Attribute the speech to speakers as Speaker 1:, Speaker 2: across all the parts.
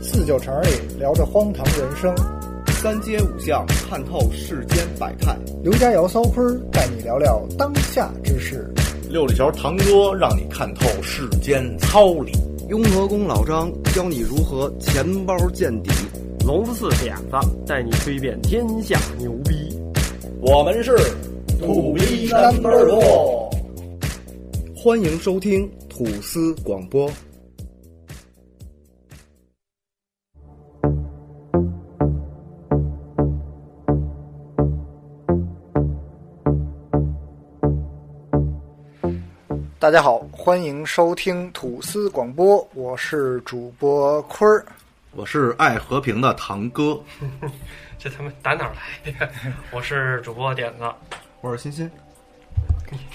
Speaker 1: 四九城里聊着荒唐人生，
Speaker 2: 三街五巷看透世间百态，
Speaker 1: 刘家窑骚坤儿带你聊聊当下之事。
Speaker 3: 六里桥堂哥让你看透世间操理。
Speaker 2: 雍和宫老张教你如何钱包见底。
Speaker 4: 聋子四点子带你吹遍天下牛逼。
Speaker 3: 我们是
Speaker 1: 土逼 number one
Speaker 2: 欢迎收听吐司广播。
Speaker 1: 大家好，欢迎收听吐司广播，我是主播坤儿。
Speaker 3: 我是爱和平的堂哥，
Speaker 5: 这他妈打哪儿来的？我是主播点子，
Speaker 2: 我是欣欣，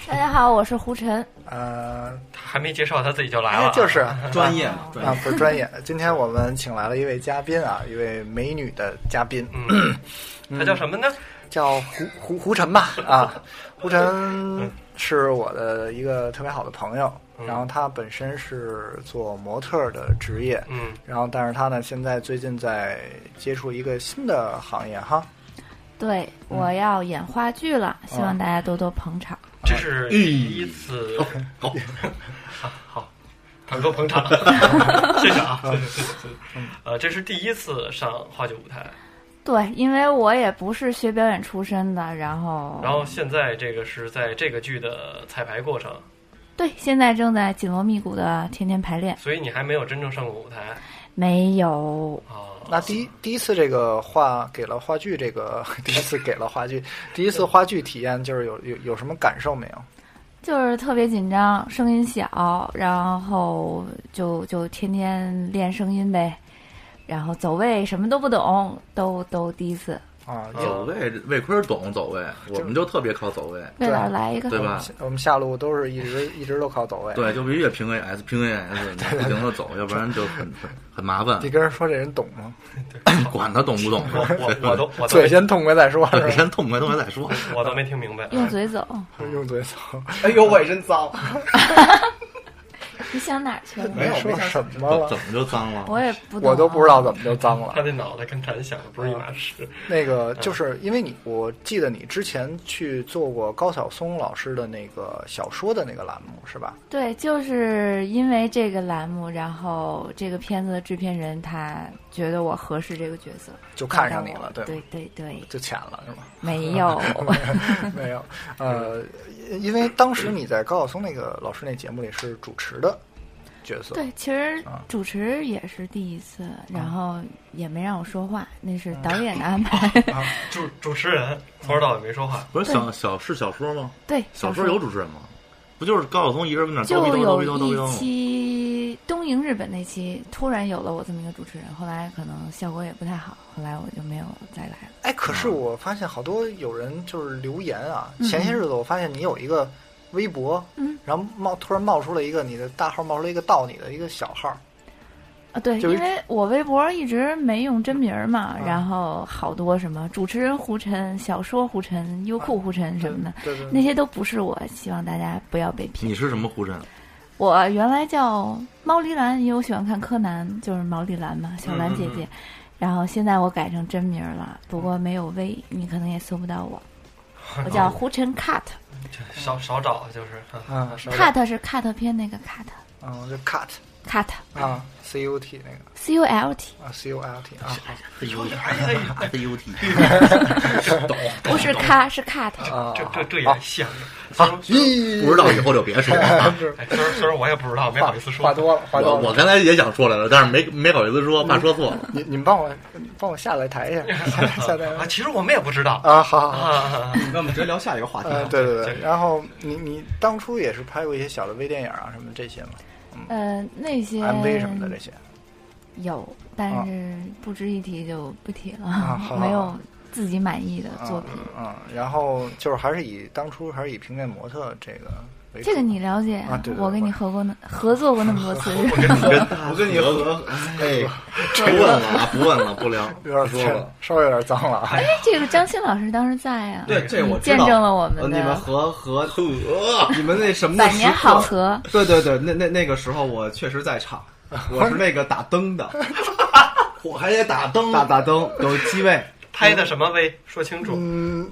Speaker 6: 大家好，我是胡晨。
Speaker 1: 呃，
Speaker 5: 他还没介绍他自己就来
Speaker 1: 哎
Speaker 5: 了，
Speaker 1: 就是
Speaker 2: 啊专业专
Speaker 1: 啊，不是专业。今天我们请来了一位嘉宾啊，一位美女的嘉宾，
Speaker 2: 嗯
Speaker 5: 他叫什么呢？
Speaker 1: 叫胡胡胡晨吧啊，胡晨是我的一个特别好的朋友，
Speaker 5: 嗯
Speaker 1: 然后他本身是做模特儿的职业，
Speaker 5: 嗯，
Speaker 1: 然后但是他呢现在最近在接触一个新的行业哈，
Speaker 6: 对，
Speaker 1: 嗯
Speaker 6: 我要演话剧了，
Speaker 1: 哦
Speaker 6: 希望大家多多捧场。
Speaker 5: 这是第一次。好，好，堂哥捧场，谢谢啊，谢谢谢谢谢谢。呃，这是第一次上话剧舞台，
Speaker 6: 对，因为我也不是学表演出身的，然后，
Speaker 1: 哦
Speaker 5: 然后现在这个是在这个剧的彩排过程，
Speaker 6: 对，现在正在紧锣密鼓的天天排练，
Speaker 5: 所以你还没有真正上过舞台
Speaker 6: 没有
Speaker 5: 啊。
Speaker 1: 那第一第一次这个话给了话剧这个 第一次给了话剧，第一次话剧体验就是有有有什么感受没有？
Speaker 6: 就是特别紧张，声音小，然后就就天天练声音呗，然后走位什么都不懂，都都第一次。
Speaker 1: 啊，
Speaker 5: 嗯
Speaker 3: 走位，魏坤儿懂走位，我们就特别靠走位，
Speaker 6: 魏老师来一个，
Speaker 3: 对吧？
Speaker 1: 我们下路都是一直一直都靠走位。
Speaker 3: 对，就必须得平 A S 平 A S，你不停的走，要不然就很很很麻烦
Speaker 1: 你。跟人说这人懂吗？
Speaker 3: 管他懂不懂，
Speaker 5: 我 我我都我都
Speaker 1: 嘴
Speaker 5: 没
Speaker 1: 先痛快再 说，
Speaker 3: 本
Speaker 1: 是吧
Speaker 3: 身痛快痛快再说。
Speaker 5: 我都没听明白。
Speaker 6: 用嘴走，
Speaker 1: 用嘴走。
Speaker 2: 哎呦喂，真脏！
Speaker 6: 你想哪儿 去了？
Speaker 1: 没说什么
Speaker 3: 怎
Speaker 1: 了
Speaker 3: 怎，么就脏了？
Speaker 6: 我也不懂、啊
Speaker 1: 我都不知。道怎么就脏了 啊嗯
Speaker 5: 他。这脑袋跟咱想的不是一码事。
Speaker 1: 那个就是因为你，我记得你之前去做过高晓松老师的那个小说的那个栏目是吧？
Speaker 6: 对，就是因为这个栏目，然后这个片子的制片人他觉得我合适这个角色，
Speaker 1: 就看上你了，
Speaker 6: 对
Speaker 1: 对吗
Speaker 6: 对对对，
Speaker 1: 就潜了是 吧？
Speaker 6: 没有，
Speaker 1: 没有，呃，因为当时你在高晓松那个老师那节目里是主持的角色，
Speaker 6: 对，其实
Speaker 1: 啊嗯
Speaker 6: 主持也是第一次，然后也没让我说话，那是导演的安排。
Speaker 1: 嗯
Speaker 5: 主主持人从头到尾没说话，
Speaker 3: 不是小小是小说吗？
Speaker 6: 对，
Speaker 3: 小
Speaker 6: 说
Speaker 3: 说有主持人吗？不就是高晓松一人在那儿叨
Speaker 6: 就
Speaker 3: 逼叨叨逼叨叨逼
Speaker 6: 有一
Speaker 3: 叨吗？
Speaker 6: 期东瀛日本那期，突然有了我这么一个主持人，后来可能效果也不太好，后来我就没有再来了。
Speaker 1: 哎，可是我发现好多有人就是留言啊，前些日子我发现你有一个微博，
Speaker 6: 嗯，
Speaker 1: 然后冒突然冒出了一个你的大号，冒出了一个盗你的一个小号，
Speaker 6: 啊，对，
Speaker 1: 就是啊
Speaker 6: 因为我微博一直没用真名儿嘛，然后好多什么主持人胡晨、小说胡晨、优酷胡晨什么的，
Speaker 1: 啊对嗯对
Speaker 6: 那
Speaker 1: 对，
Speaker 6: 些都不是我，希望大家不要被骗。
Speaker 3: 你是什么胡振？
Speaker 6: 我原来叫猫狸兰，因为我喜欢看柯南，就是毛利兰嘛，小兰姐
Speaker 1: 嗯
Speaker 6: 姐。然后现在我改成真名儿了，不过没有微，你可能也搜不 到我。我叫胡晨 cut，cut
Speaker 5: 这
Speaker 1: 嗯
Speaker 5: 少少找就是。
Speaker 1: 啊，稍等
Speaker 6: 是 cut 片那个 cut，cut
Speaker 1: 嗯，就 cut 啊，C U T 那个
Speaker 6: c u l t，
Speaker 1: 啊，C U L T 啊
Speaker 3: 哎呦，哎呦，哎呦，懂
Speaker 6: 不是咔是 cut。
Speaker 1: 啊，
Speaker 5: 这这这
Speaker 1: 啊
Speaker 5: 也像啊！虽然
Speaker 3: 不知道以后就别说了。
Speaker 5: 哎虽然虽然我也不知道，没好意思说。
Speaker 1: 话多了，话
Speaker 3: 我
Speaker 1: 多
Speaker 3: 我
Speaker 1: 了。
Speaker 3: 刚才也想说来了，但是没没好意思说，怕说错了。
Speaker 1: 你你们帮我帮我下来抬一下， 下来
Speaker 5: 啊，其实我们也不知道
Speaker 1: 啊，好好好，
Speaker 5: 啊。
Speaker 2: 那我们直接聊下一个话题。
Speaker 1: 呃，对对
Speaker 5: 这
Speaker 1: 对，
Speaker 5: 个
Speaker 1: 然后你你当初也是拍过一些小的微电影啊，什么这些嘛
Speaker 6: 呃，那些
Speaker 1: ，MV 什么的这些，
Speaker 6: 有，但是不值一提就不提了，
Speaker 1: 啊好好
Speaker 6: 没有自己满意的作品。
Speaker 1: 嗯，然后就是还是以当初还是以平面模特这个为主
Speaker 6: 这个你了解呀
Speaker 1: 啊对对
Speaker 6: 我跟你合过那合作过那么多 次，
Speaker 3: 我跟你合，哎，不问了啊，不问了，不聊，
Speaker 1: 有点
Speaker 3: 说了。
Speaker 1: 稍微有点脏了啊，
Speaker 6: 这个张欣老师当时在啊，
Speaker 4: 对，这我
Speaker 6: 你
Speaker 4: 知道
Speaker 6: 见证了我们的
Speaker 4: 呃你们和和
Speaker 3: 呃，
Speaker 4: 你们那什么的
Speaker 6: 百年
Speaker 4: 时刻
Speaker 6: 好。合。
Speaker 4: 对对对，那那那个时候我确实在场，我是那个打灯的。
Speaker 3: 火还得打灯，
Speaker 7: 大大灯有机位，
Speaker 5: 拍的什么威？说清楚。
Speaker 1: 嗯，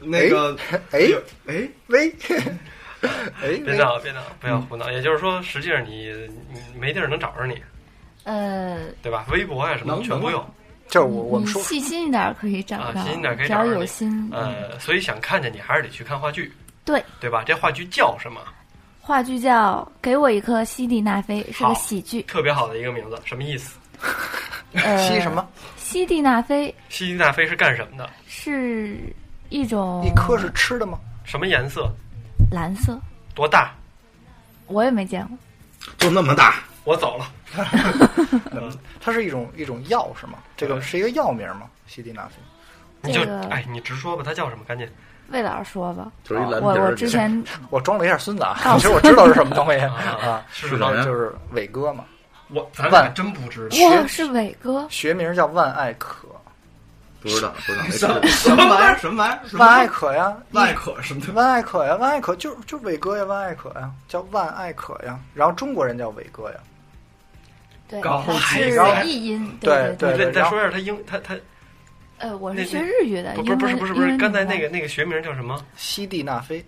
Speaker 3: 那个
Speaker 1: 哎
Speaker 3: 有哎，
Speaker 1: 喂， 哎
Speaker 5: 别
Speaker 1: 喂，
Speaker 5: 闹，别闹，不
Speaker 1: 嗯
Speaker 5: 要胡闹。也就是说，实际上你你没地儿能找着你，
Speaker 6: 呃，
Speaker 5: 对吧？微博呀、什么的
Speaker 3: 能
Speaker 5: 全部有。
Speaker 1: 就是我我
Speaker 6: 你
Speaker 1: 们说
Speaker 6: 细心一点可以找
Speaker 5: 啊
Speaker 6: 到，
Speaker 5: 细心点可以
Speaker 6: 只
Speaker 5: 找
Speaker 6: 要
Speaker 5: 着
Speaker 6: 有
Speaker 5: 你
Speaker 6: 心。
Speaker 5: 呃，所以想看见你，还是得去看话剧，
Speaker 6: 对，
Speaker 5: 对吧？这话剧叫什么？
Speaker 6: 话剧叫《给我一颗西地那非》，是
Speaker 5: 好
Speaker 6: 个 喜剧。
Speaker 5: 特别好的一个名字，什么意思？
Speaker 6: 呃，
Speaker 1: 吸什么？
Speaker 6: 西地那非
Speaker 5: 西西纳菲是干什么的？
Speaker 6: 是一种
Speaker 1: 一颗是吃的吗？
Speaker 5: 什么颜色？
Speaker 6: 蓝色，
Speaker 5: 多大？
Speaker 6: 我也没见过。
Speaker 3: 就那么大，
Speaker 5: 我走 了。嗯
Speaker 1: 它是一种一种药是
Speaker 3: 呃
Speaker 1: 吗？这个是一个药名吗？西地那非
Speaker 5: 你就
Speaker 6: 这个
Speaker 5: 哎，你直说吧，它叫什么？赶紧
Speaker 6: 魏老师说吧，
Speaker 7: 就是一蓝
Speaker 6: 我
Speaker 7: 皮
Speaker 6: 我
Speaker 7: 儿
Speaker 6: 之
Speaker 7: 的。
Speaker 6: 前
Speaker 3: 嗯
Speaker 1: 我装了一下孙子啊，其实我知道是什么东西 啊，
Speaker 5: 试试
Speaker 3: 是的
Speaker 5: 吧。
Speaker 1: 就是伟哥嘛，
Speaker 5: 我咱俩还真不知道。
Speaker 6: 哇是伟哥，
Speaker 1: 学名叫万艾可，
Speaker 7: 不知道，不知道没
Speaker 3: 什
Speaker 7: 听
Speaker 3: 么什么
Speaker 7: 过
Speaker 3: 玩意儿？什么玩意儿？什么
Speaker 1: 万艾可呀，
Speaker 3: 万可什么的？
Speaker 1: 万艾可呀，万艾可就是就是伟哥呀，万艾可呀，叫万艾可呀，然后中国人叫伟哥呀，
Speaker 6: 对，
Speaker 5: 搞
Speaker 6: 他
Speaker 5: 孩
Speaker 6: 是
Speaker 5: 子
Speaker 6: 译音，
Speaker 1: 对对
Speaker 6: 对
Speaker 5: 你再
Speaker 1: 对
Speaker 5: 你再
Speaker 1: 然后
Speaker 5: 说一下它英它它
Speaker 6: 呃，我
Speaker 5: 那
Speaker 6: 是学日语的，
Speaker 5: 不
Speaker 6: 英
Speaker 5: 不是
Speaker 6: 文
Speaker 5: 不是不是不
Speaker 6: 英
Speaker 5: 是，
Speaker 6: 文
Speaker 5: 刚才
Speaker 6: 怎么
Speaker 5: 那个
Speaker 6: 办
Speaker 5: 那个学名叫什么？
Speaker 1: 西地那非，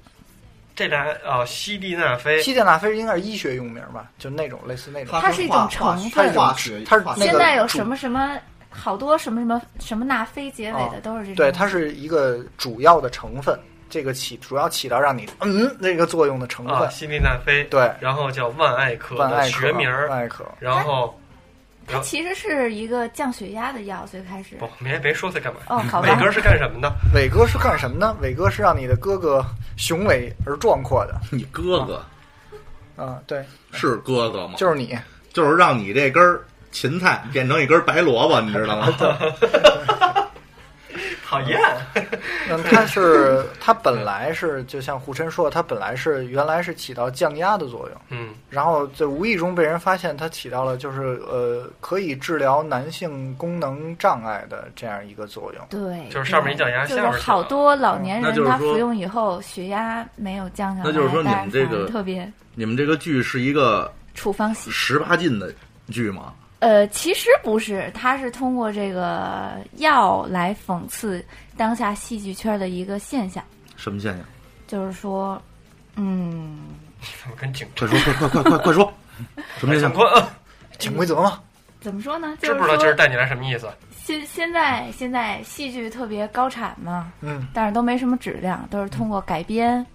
Speaker 5: 这俩啊，西地那
Speaker 3: 哎
Speaker 5: 非
Speaker 1: 西地那非应该是医学用名吧，就那种类似那种，
Speaker 6: 它是一种
Speaker 1: 它
Speaker 6: 成
Speaker 1: 是
Speaker 6: 分
Speaker 1: 一
Speaker 3: 化
Speaker 1: 种
Speaker 3: 学，
Speaker 1: 它是
Speaker 3: 化
Speaker 1: 那
Speaker 3: 学
Speaker 1: 个
Speaker 6: 现在有
Speaker 1: 主
Speaker 6: 什么什么好多什么什么什么那非结尾的
Speaker 1: 哦
Speaker 6: 都是这种，
Speaker 1: 对，它是一个主要的成分，这个起主要起到让你嗯那个作用的成
Speaker 5: 啊，
Speaker 1: 分，
Speaker 5: 西地那非，
Speaker 1: 对，
Speaker 5: 然后叫万艾可
Speaker 1: 万
Speaker 5: 的
Speaker 1: 艾可
Speaker 5: 学名儿，
Speaker 1: 万艾可，
Speaker 5: 然后
Speaker 6: 它其实是一个降血压的药，最开始
Speaker 5: 不，别别说它干嘛。
Speaker 6: 哦，好
Speaker 5: 伟
Speaker 6: 吧，
Speaker 5: 哥是干什么的？
Speaker 1: 伟哥是干什么呢？伟哥是让你的哥哥雄伟而壮阔的，
Speaker 7: 你哥哥
Speaker 1: 啊，对，
Speaker 7: 是哥哥吗？
Speaker 1: 就是你，
Speaker 7: 就是让你这根儿芹菜变成一根白萝卜，你知道吗？
Speaker 5: 讨厌，
Speaker 1: 嗯，它是它本来是就像胡琛说，它本来是原来是起到降压的作用，
Speaker 5: 嗯，
Speaker 1: 然后在无意中被人发现它起到了就是呃可以治疗男性功能障碍的这样一个作用。
Speaker 6: 对，
Speaker 5: 就是上面一降压下
Speaker 6: 就是
Speaker 5: 边儿
Speaker 6: 好
Speaker 5: 降嗯
Speaker 6: 多老年
Speaker 7: 那就
Speaker 6: 人
Speaker 7: 是
Speaker 6: 他
Speaker 7: 说
Speaker 6: 服用以后血压没有降下来，
Speaker 7: 那就是说你们这个
Speaker 6: 但是反而特别
Speaker 7: 你们这个剧是一个
Speaker 6: 处方喜
Speaker 7: 十八禁的剧吗？
Speaker 6: 呃，其实不是，它是通过这个药来讽刺当下戏剧圈的一个现象，
Speaker 7: 什么现象？
Speaker 6: 就是说，嗯，
Speaker 5: 怎么跟警察
Speaker 7: 快说，快快快快快说！什么现
Speaker 5: 相
Speaker 7: 象？
Speaker 5: 关？啊
Speaker 1: 潜规则嘛，
Speaker 6: 怎么说呢？
Speaker 5: 知
Speaker 6: 就
Speaker 5: 不知道
Speaker 6: 是
Speaker 5: 今儿
Speaker 6: 说，
Speaker 5: 带你来什么意思？
Speaker 6: 现现在现在戏剧特别高产嘛，
Speaker 1: 嗯，
Speaker 6: 但是都没什么质量，都是通过改编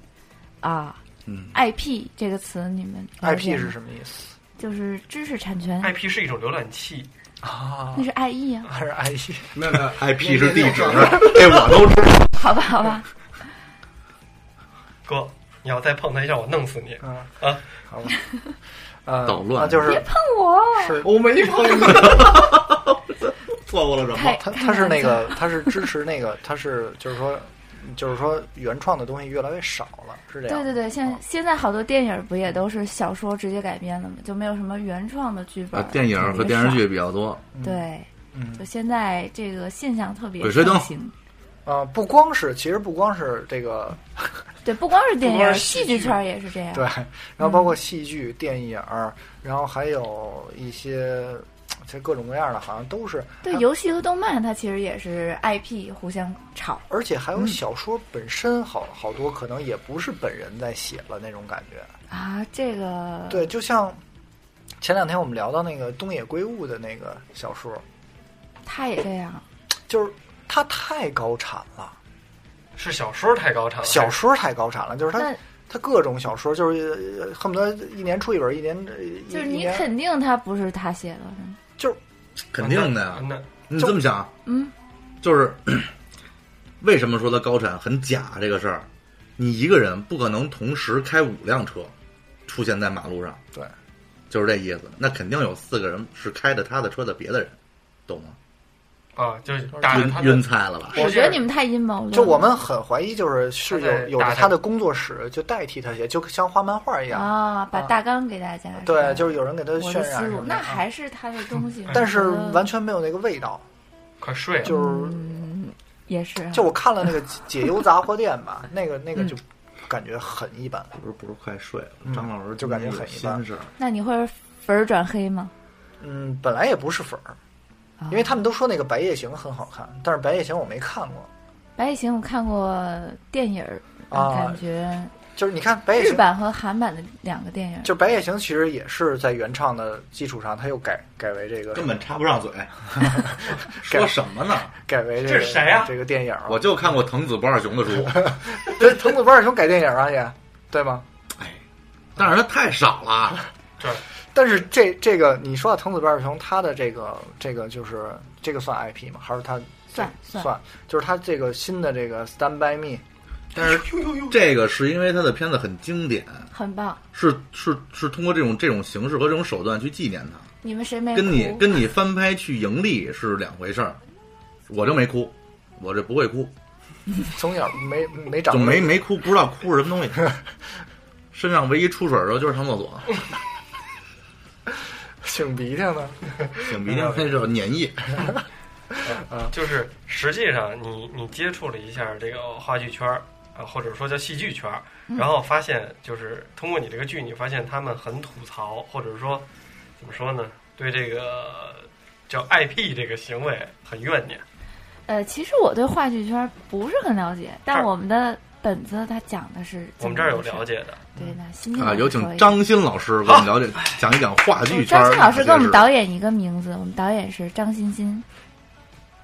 Speaker 6: 啊。
Speaker 7: 嗯
Speaker 6: IP 这个词你们了解
Speaker 1: ，IP 是
Speaker 6: 吗
Speaker 1: 什么意思
Speaker 6: 就是知识产权，
Speaker 5: IP 是一种浏览器，
Speaker 1: 啊
Speaker 6: 那？是 IE 啊，
Speaker 1: 还是 IP？
Speaker 3: 那个
Speaker 7: IP 是地址， 这我都知道。
Speaker 6: 好吧好吧，
Speaker 5: 哥，你要再碰他一下，我弄死你！
Speaker 1: 啊
Speaker 5: 啊，
Speaker 1: 好吧，呃，
Speaker 7: 捣乱
Speaker 1: 那就是
Speaker 6: 别碰我，
Speaker 1: 是
Speaker 3: 我没碰 你，错过了什么？
Speaker 6: 开
Speaker 1: 他
Speaker 6: 开
Speaker 1: 他是
Speaker 6: 玩
Speaker 1: 那
Speaker 6: 笑
Speaker 1: 个他是支持那个他是就是说就是说原创的东西越来越少了，是这样
Speaker 6: 对
Speaker 1: 吗。
Speaker 6: 对对，现现在好多电影不也都是小说直接改编的吗？就没有什么原创的剧
Speaker 7: 啊
Speaker 6: 本。，
Speaker 7: 电影和电视剧比较多，
Speaker 6: 特别少对，
Speaker 1: 嗯
Speaker 6: 就现在这个现象特别
Speaker 7: 鬼吹灯
Speaker 6: 盛行。
Speaker 1: 啊、不光是其实不光是这个
Speaker 6: 对，不光是电
Speaker 5: 不光
Speaker 6: 影，
Speaker 5: 是戏
Speaker 6: 戏
Speaker 5: 剧
Speaker 6: 剧圈也是这样。
Speaker 1: 对，然后包
Speaker 6: 嗯
Speaker 1: 括戏剧、电影儿，然后还有一些这各种各样的，好像都是
Speaker 6: 对，游戏和动漫它其实也是 IP 互相炒。
Speaker 1: 而且还
Speaker 6: 嗯
Speaker 1: 有小说本身好，好多可能也不是本人在写了那种感觉。
Speaker 6: 啊，这个
Speaker 1: 对，就像前两天我们聊到那个东野圭吾的那个小说，
Speaker 6: 他也这样。
Speaker 1: 就是它太高产了，
Speaker 5: 是小说太高产了，
Speaker 1: 小说太高产了，就是它
Speaker 6: 那
Speaker 1: 它各种小说，就是呃恨不得一年出一本，一年呃一
Speaker 6: 就是
Speaker 1: 一
Speaker 6: 你
Speaker 1: 年
Speaker 6: 肯定他不是他写的，是吗？
Speaker 7: 肯定的呀
Speaker 5: 啊。。那
Speaker 7: 你这么想，
Speaker 6: 嗯，
Speaker 7: 就是 为什么说它高产很假这个事儿？你一个人不可能同时开五辆车出现在马路上，
Speaker 1: 对，
Speaker 7: 就是这意思。那肯定有四个人是开着他的车的别的人，懂吗？
Speaker 5: 啊，就是打着他
Speaker 7: 晕
Speaker 5: 的
Speaker 7: 晕菜了吧？
Speaker 5: 实
Speaker 6: 我
Speaker 5: 际
Speaker 6: 觉得
Speaker 5: 上
Speaker 6: 你们太阴谋论了。
Speaker 1: 就我们
Speaker 6: 嗯
Speaker 1: 很怀疑，就是是
Speaker 5: 他在
Speaker 1: 有有
Speaker 5: 打
Speaker 1: 着
Speaker 5: 他
Speaker 1: 他的工作室就代替他写，就像画漫画一样。
Speaker 6: 啊，把大纲给大家。吧
Speaker 1: 对，就是有人给他
Speaker 6: 我
Speaker 1: 渲
Speaker 6: 的
Speaker 1: 染
Speaker 6: 思
Speaker 1: 什么，
Speaker 6: 路
Speaker 1: 的
Speaker 6: 那
Speaker 1: 啊
Speaker 6: 还是他的东西。
Speaker 1: 但是
Speaker 6: 我觉得
Speaker 1: 完全没有那个味道。
Speaker 5: 快睡了。
Speaker 1: 就是
Speaker 6: 嗯，也是啊
Speaker 1: 就我看了那个解解忧杂货店吧，那个那
Speaker 6: 嗯
Speaker 1: 个就感觉很一般。
Speaker 7: 不是不是，快睡了
Speaker 1: 嗯张
Speaker 7: 老师
Speaker 1: 就感觉很一般
Speaker 7: 事儿，
Speaker 6: 那你会粉儿转黑吗？
Speaker 1: 嗯，本来也不是粉儿，
Speaker 6: 啊
Speaker 1: 因为他们都说那个《白夜行》很好看，但是《白夜行》我没看过。
Speaker 6: 白夜行我看过电影儿，
Speaker 1: 啊
Speaker 6: 感觉
Speaker 1: 就是你看《
Speaker 7: 哎
Speaker 1: 白夜
Speaker 6: 日
Speaker 1: 行》，
Speaker 6: 版和韩版的两个电影儿，
Speaker 1: 就《白夜行》其实也是在原唱的基础上，他又改改为这个，
Speaker 7: 根本插不 上嘴，说什么呢？
Speaker 1: 改为这
Speaker 5: 这
Speaker 1: 个
Speaker 5: 是谁啊
Speaker 1: 这个电影儿啊，
Speaker 7: 我就看过藤子不二雄的书，
Speaker 1: 对藤子不二雄改电影儿啊也，对吗？
Speaker 7: 哎但是他太少了，
Speaker 1: 但是这这个你说到藤子不二雄，他的这个这个就是这个算 IP 吗？还是他
Speaker 6: 算
Speaker 1: 算
Speaker 6: 算
Speaker 1: 就是他这个新的这个 Stand by Me，
Speaker 7: 但是这个是因为他的片子很经典，
Speaker 6: 很棒。
Speaker 7: 是是是通过这种这种形式和这种手段去纪念他，
Speaker 6: 你们谁没
Speaker 7: 跟你
Speaker 6: 哭
Speaker 7: 跟你翻拍去盈利是两回事儿。我就没哭，我这不会哭，
Speaker 1: 从小没没长
Speaker 7: 就
Speaker 1: 过
Speaker 7: 没没哭，不知道哭是什么东西。身上唯一出水的时候就是上厕所，
Speaker 1: 擤鼻涕呢，
Speaker 7: 擤鼻涕那是粘液。
Speaker 5: 就是实际上你你接触了一下这个话剧圈儿啊，或者说叫戏剧圈儿，然后发现就是通过你这个剧，你发现他们很吐槽，或者说怎么说呢，对这个叫 IP 这个行为很怨念。
Speaker 6: 呃，其实我对话剧圈不是很了解，但我们的本子它讲的是
Speaker 5: 我们这儿有
Speaker 6: 怎么
Speaker 5: 了
Speaker 6: 回事。
Speaker 5: 解嗯的，
Speaker 6: 对，那新进
Speaker 7: 啊，
Speaker 6: 来
Speaker 7: 有
Speaker 6: 说
Speaker 7: 请
Speaker 6: 一下
Speaker 7: 张欣老师给我们了解讲一讲话剧圈
Speaker 6: 张
Speaker 7: 儿。啊
Speaker 6: 欣老师给我们导演一个名字，我们导演是张欣欣。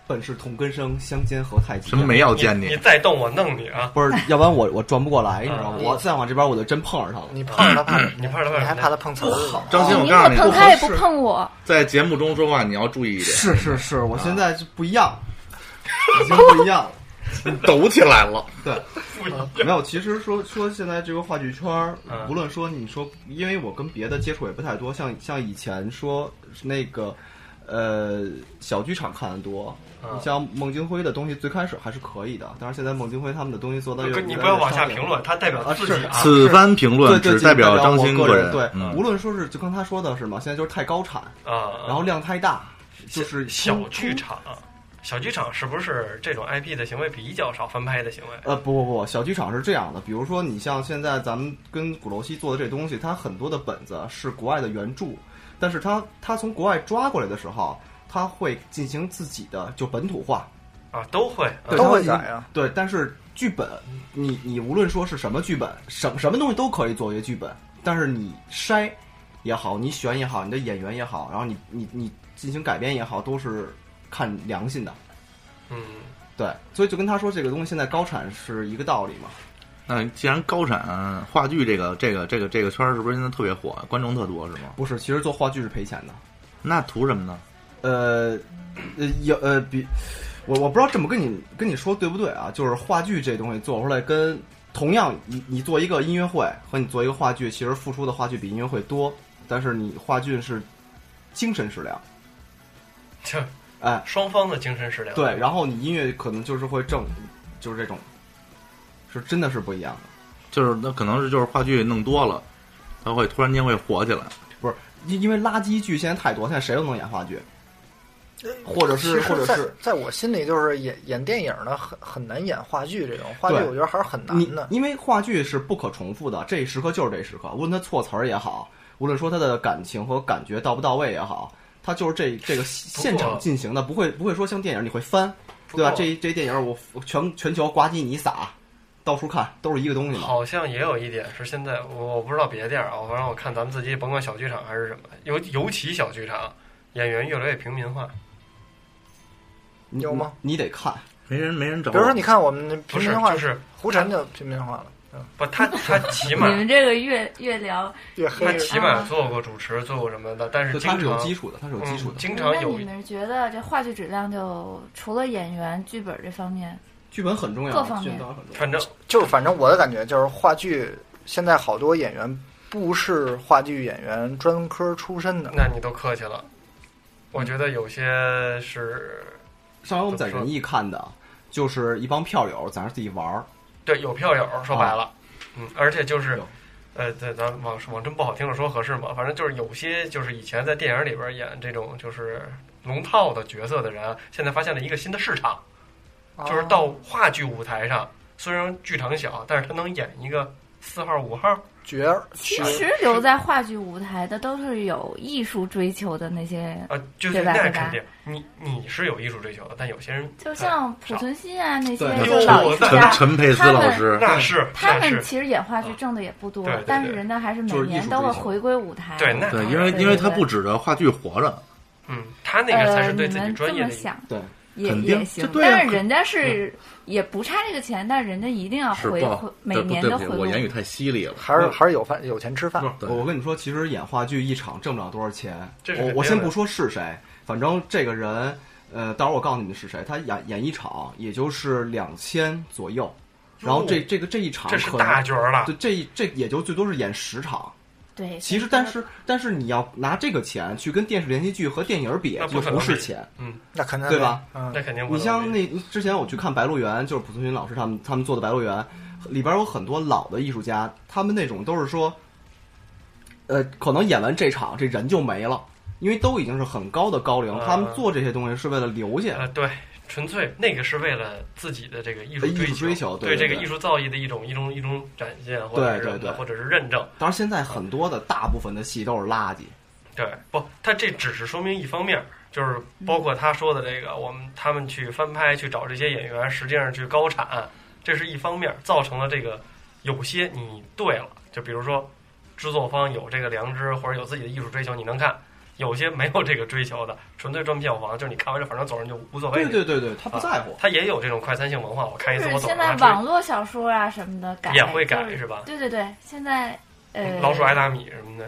Speaker 2: 本是同根生，相煎何太急。
Speaker 7: 什么没要见
Speaker 5: 你你再动我弄你啊！
Speaker 2: 不是，要不然我 我转不过来，你知道吗？
Speaker 5: 嗯
Speaker 2: 啊我再往这边我就真碰上他了。
Speaker 1: 你碰着他怕什么呀
Speaker 5: 你碰着他怕什么呀
Speaker 1: 你还怕他碰瓷哦儿？
Speaker 7: 张欣，我
Speaker 6: 你
Speaker 7: 告
Speaker 6: 也
Speaker 7: 诉你，
Speaker 6: 碰他也不碰我，
Speaker 7: 在节目中说话你要注意一点，
Speaker 2: 是是是，我现在就不一 样，已经不一样了。
Speaker 7: 抖起来了。
Speaker 2: 对，没有。其实说说现在这个话剧圈儿
Speaker 5: 嗯，
Speaker 2: 无论说你说，因为我跟别的接触也不太多，像像以前说那个，呃，小剧场看的多。
Speaker 5: 嗯
Speaker 2: 你像孟京辉的东西，最开始还是可以的，但是现在孟京辉他们的东西做的越
Speaker 5: 你不要往下评论，他代表
Speaker 2: 啊
Speaker 5: 自
Speaker 2: 是
Speaker 5: 己啊。
Speaker 7: 此番评
Speaker 2: 对
Speaker 7: 论
Speaker 2: 对，
Speaker 7: 只
Speaker 2: 仅代
Speaker 7: 代表张
Speaker 2: 我
Speaker 7: 欣
Speaker 2: 个
Speaker 7: 人。
Speaker 2: 对，
Speaker 7: 嗯
Speaker 2: 无论说是就刚他说的是嘛，现在就是太高产，
Speaker 5: 啊，
Speaker 2: 然后量太大，就是
Speaker 5: 小
Speaker 2: 冲
Speaker 5: 剧。场，啊小剧场是不是这种 IP 的行为比较少，翻拍的行为？
Speaker 2: 呃，不不不，小剧场是这样的，比如说你像现在咱们跟鼓楼西做的这东西，它很多的本子啊是国外的原著，但是它它从国外抓过来的时候，它会进行自己的就本土化，
Speaker 5: 啊，都会。啊
Speaker 2: 对
Speaker 1: 都
Speaker 2: 它
Speaker 1: 会
Speaker 2: 进行
Speaker 1: 改啊
Speaker 2: 呃对，但是剧本，你你无论说是什么剧本，什什么东西都可以作为剧本，但是你筛也好，你选也好，你的演员也好，然后你你你进行改编也好，都是看良心的。
Speaker 5: 嗯，
Speaker 2: 对，所以就跟他说这个东西现在高产是一个道理嘛。
Speaker 7: 那既然高产话剧这个这个这个这个圈儿是不是现在特别火，观众特多是吗？
Speaker 2: 不是，其实做话剧是赔钱的。
Speaker 7: 那图什么呢？
Speaker 2: 呃，呃，有呃，比我我不知道这么跟你跟你说对不对啊？就是话剧这东西做出来跟同样你你做一个音乐会和你做一个话剧，其实付出的话剧比音乐会多，但是你话剧是精神食粮，
Speaker 5: 这
Speaker 2: 哎，
Speaker 5: 双方的精神食粮。
Speaker 2: 对，然后你音乐可能就是会正，就是这种，是真的是不一样的。
Speaker 7: 就是那可能是就是话剧弄多了，它会突然间会火起来。
Speaker 2: 不是因因为垃圾剧现在太多，现在谁都能演话剧，或者
Speaker 1: 其
Speaker 2: 是
Speaker 1: 实
Speaker 2: 或者
Speaker 1: 在
Speaker 2: 是
Speaker 1: 在我心里，就是演演电影呢，很很难演话剧这种话剧，
Speaker 2: 对
Speaker 1: 我觉得还是很
Speaker 2: 你
Speaker 1: 难的。
Speaker 2: 因为话剧是不可重复的，这一时刻就是这一时刻，无论它措辞儿也好，无论说它的感情和感觉到不到位也好，它就是这这个现场进行的，不会不会说像电影你会翻，
Speaker 5: 不
Speaker 2: 对吧？
Speaker 5: 过
Speaker 2: 这这电影我全全球呱唧你撒，到处看都是一个东西嘛。
Speaker 5: 好像也有一点是现在我我不知道别的店儿啊，反正我看咱们自己，甭管小剧场还是什么，尤尤其小剧场，演员越来越平民化。
Speaker 2: 你
Speaker 1: 有吗
Speaker 2: 你？你得看，
Speaker 7: 没人没人找我。
Speaker 1: 比如说，你看我们那
Speaker 5: 不
Speaker 1: 平
Speaker 5: 是
Speaker 1: 民化，
Speaker 5: 就是
Speaker 1: 胡晨就平民化了，嗯，
Speaker 5: 不，他他起
Speaker 6: 你
Speaker 5: 码
Speaker 6: 们这个越越聊，
Speaker 1: 越黑
Speaker 5: 他起码做过主持，做过什么的，但是
Speaker 2: 就
Speaker 5: 经
Speaker 2: 它
Speaker 5: 常
Speaker 2: 是有基础的，它是有基础
Speaker 5: 嗯
Speaker 2: 的。
Speaker 5: 经常
Speaker 6: 那
Speaker 5: 有
Speaker 6: 你们觉得这话剧质量就除了演员、剧本这方面，
Speaker 2: 剧本很重要，
Speaker 6: 各方
Speaker 2: 剧
Speaker 6: 面
Speaker 2: 本很重要。
Speaker 5: 反正
Speaker 1: 就是反正我的感觉就是话剧现在好多演员不是话剧演员专科出身的，
Speaker 5: 那你都客气了。我觉得有些是
Speaker 2: 上回我们在仁义看的，就是一帮票友在那儿自己玩儿，
Speaker 5: 对有票友，说白了，嗯，而且就是
Speaker 2: 有，
Speaker 5: 呃，对，咱往往真不好听的说合适吗？反正就是有些就是以前在电影里边演这种就是龙套的角色的人，啊现在发现了一个新的市场，
Speaker 6: 哦
Speaker 2: 哦
Speaker 5: 就是到话剧舞台上，虽然剧场小，但是他能演一个四号、五号，
Speaker 1: 角儿，
Speaker 6: 其实留在话剧舞台的都是有艺术追求的那些，
Speaker 5: 呃，就是
Speaker 6: 对吧
Speaker 5: 那
Speaker 6: 对吧
Speaker 5: 肯定，你你是有艺术追求的，但有些人
Speaker 6: 就像濮存昕啊那些
Speaker 2: 对
Speaker 6: 就老艺术
Speaker 5: 对
Speaker 7: 陈
Speaker 6: 家，
Speaker 7: 陈佩斯老师，
Speaker 5: 那是
Speaker 6: 他
Speaker 5: 那
Speaker 6: 们
Speaker 5: 是嗯
Speaker 6: 其实演话剧挣的也不多
Speaker 5: 对对，
Speaker 6: 但是人家还是每年都会回归舞台。
Speaker 5: 对那
Speaker 7: 对，因为因为他不指着话剧活着，
Speaker 5: 嗯，他那个才
Speaker 6: 呃，
Speaker 5: 是
Speaker 6: 你
Speaker 5: 对自己
Speaker 6: 们
Speaker 5: 专
Speaker 6: 这
Speaker 5: 业
Speaker 6: 么
Speaker 5: 的一个嗯
Speaker 6: 想
Speaker 2: 对，
Speaker 6: 也
Speaker 7: 肯定
Speaker 6: 也行
Speaker 7: 这，对啊
Speaker 6: 但是人家是也不差这个钱，但是人家一定要
Speaker 7: 是
Speaker 6: 回
Speaker 7: 不好
Speaker 6: 回，啊每
Speaker 7: 对不
Speaker 6: 年
Speaker 7: 对
Speaker 6: 都
Speaker 7: 不
Speaker 6: 回
Speaker 7: 起，
Speaker 6: 归
Speaker 7: 我言语太犀利了。
Speaker 1: 还是还是有饭有钱吃饭。
Speaker 7: 对
Speaker 2: 啊我跟你说，其实演话剧一场挣不了多少钱
Speaker 5: 这。是
Speaker 2: 我
Speaker 5: 肯
Speaker 2: 我
Speaker 5: 定
Speaker 2: 先
Speaker 5: 的
Speaker 2: 不说是谁，反正这个人，呃，到时候我告诉你们是谁，他演演一场也就是两千左右，然后这这个这一场
Speaker 5: 这是
Speaker 2: 可能
Speaker 5: 大角啊儿了
Speaker 2: 对，，这一这也就最多是演十场。
Speaker 6: 对，
Speaker 2: 其
Speaker 5: 哎
Speaker 2: 实，但是但是你要拿这个钱去跟电视连续剧和电影比
Speaker 5: 那，
Speaker 2: 就
Speaker 5: 不可能
Speaker 2: 不是
Speaker 5: 比
Speaker 2: 钱。
Speaker 5: 嗯，
Speaker 1: 那肯定
Speaker 2: 对吧？
Speaker 1: 嗯
Speaker 5: 那，肯定不
Speaker 2: 你
Speaker 5: 能
Speaker 2: 像
Speaker 5: 比
Speaker 2: 那之前我去看《白鹿原》，就是濮存昕老师他们他们做的《白鹿原》，里边有很多老的艺术家，他们那种都是说，呃，可能演完这场这人就没了，因为都已经是很高的高龄，
Speaker 5: 啊
Speaker 2: 他们做这些东西是为了留下。
Speaker 5: 呃，对，纯粹那个是为了自己的这个艺术
Speaker 2: 呃艺
Speaker 5: 追
Speaker 2: 术
Speaker 5: 求，
Speaker 2: 追求对
Speaker 5: 对
Speaker 2: 对
Speaker 5: 这个
Speaker 2: 对
Speaker 5: 艺术造诣的一种一种一种展现，或者
Speaker 2: 对
Speaker 5: 是
Speaker 2: 对对
Speaker 5: 或者是认证。
Speaker 2: 当然，现在很多的大部分的戏都是垃圾，
Speaker 5: 对，不，他这只是说明一方面儿，就是
Speaker 2: 嗯
Speaker 5: 包括他说的这个，我们他们去翻拍去找这些演员，实际上去高产，这是一方面儿，造成了这个有些你对了，就比如说制作方有这个良知或者有自己的艺术追求，你能看。有些没有这个追求的，纯粹赚票房，就是你看完这反正走人就无所谓。
Speaker 2: 对对对对，他不在乎
Speaker 5: 啊。他也有这种快餐性文化，我看一
Speaker 6: 就
Speaker 5: 次我
Speaker 6: 是
Speaker 5: 走啊
Speaker 6: 现
Speaker 5: 了。
Speaker 6: 在
Speaker 5: 他追
Speaker 6: 网络小说啊什么的改
Speaker 5: 也会
Speaker 6: 就
Speaker 5: 改
Speaker 6: 是
Speaker 5: 是吧？嗯
Speaker 6: 对对对，现在呃，
Speaker 5: 老鼠爱嗯大米什么的，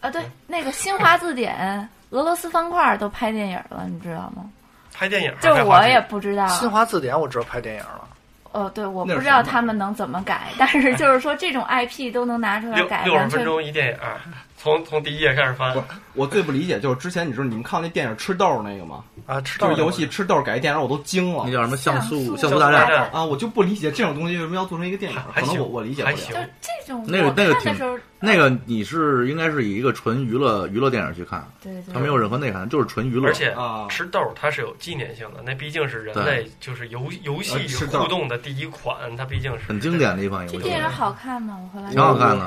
Speaker 6: 啊，对，那个新华字典、俄罗斯方块都拍电影了，你知道吗？
Speaker 5: 拍电影儿
Speaker 6: 就
Speaker 5: 还
Speaker 6: 是
Speaker 5: 花
Speaker 6: 我
Speaker 5: 钱
Speaker 6: 也不知道，
Speaker 2: 啊
Speaker 1: 新华字典我知道拍电影了，
Speaker 6: 呃，对，我
Speaker 2: 那
Speaker 6: 不
Speaker 2: 是
Speaker 6: 知
Speaker 2: 什么
Speaker 6: 道他们能怎么改，但是就是说这种 IP 都能拿出来
Speaker 5: 六
Speaker 6: 改，
Speaker 5: 六十
Speaker 6: 完全
Speaker 5: 分钟一电影儿，从从第一页开始翻
Speaker 2: 不，我最不理解就是之前你知道你们看那电影吃豆那个吗？
Speaker 1: 啊，知
Speaker 2: 就
Speaker 1: 道
Speaker 2: 是游戏吃豆改电影，我都惊了
Speaker 7: 那叫什么像
Speaker 6: 素
Speaker 7: 素像素大战？
Speaker 5: 战
Speaker 2: 啊！我哦就不理解这种东西为什么要做成一个电影，
Speaker 5: 还
Speaker 2: 可能
Speaker 5: 行
Speaker 2: 我我理解不
Speaker 5: 还
Speaker 2: 了。
Speaker 5: 行
Speaker 6: 就。这种
Speaker 7: 那个
Speaker 6: 我看
Speaker 7: 那个挺
Speaker 6: 的时候，
Speaker 7: 那个你是应该是以一个纯娱乐娱乐电影去看，
Speaker 6: 对对对，
Speaker 7: 它没有任何内涵，就是纯娱乐。
Speaker 5: 而且
Speaker 2: 啊
Speaker 5: 吃豆儿它是有纪念性的，那毕竟是人类就是游游
Speaker 2: 呃吃
Speaker 5: 戏
Speaker 2: 豆儿
Speaker 5: 互动的第一款，它毕竟是
Speaker 7: 很经典的一款
Speaker 6: 这
Speaker 7: 游戏
Speaker 6: 电，影好看吗？我后来
Speaker 7: 挺好看的，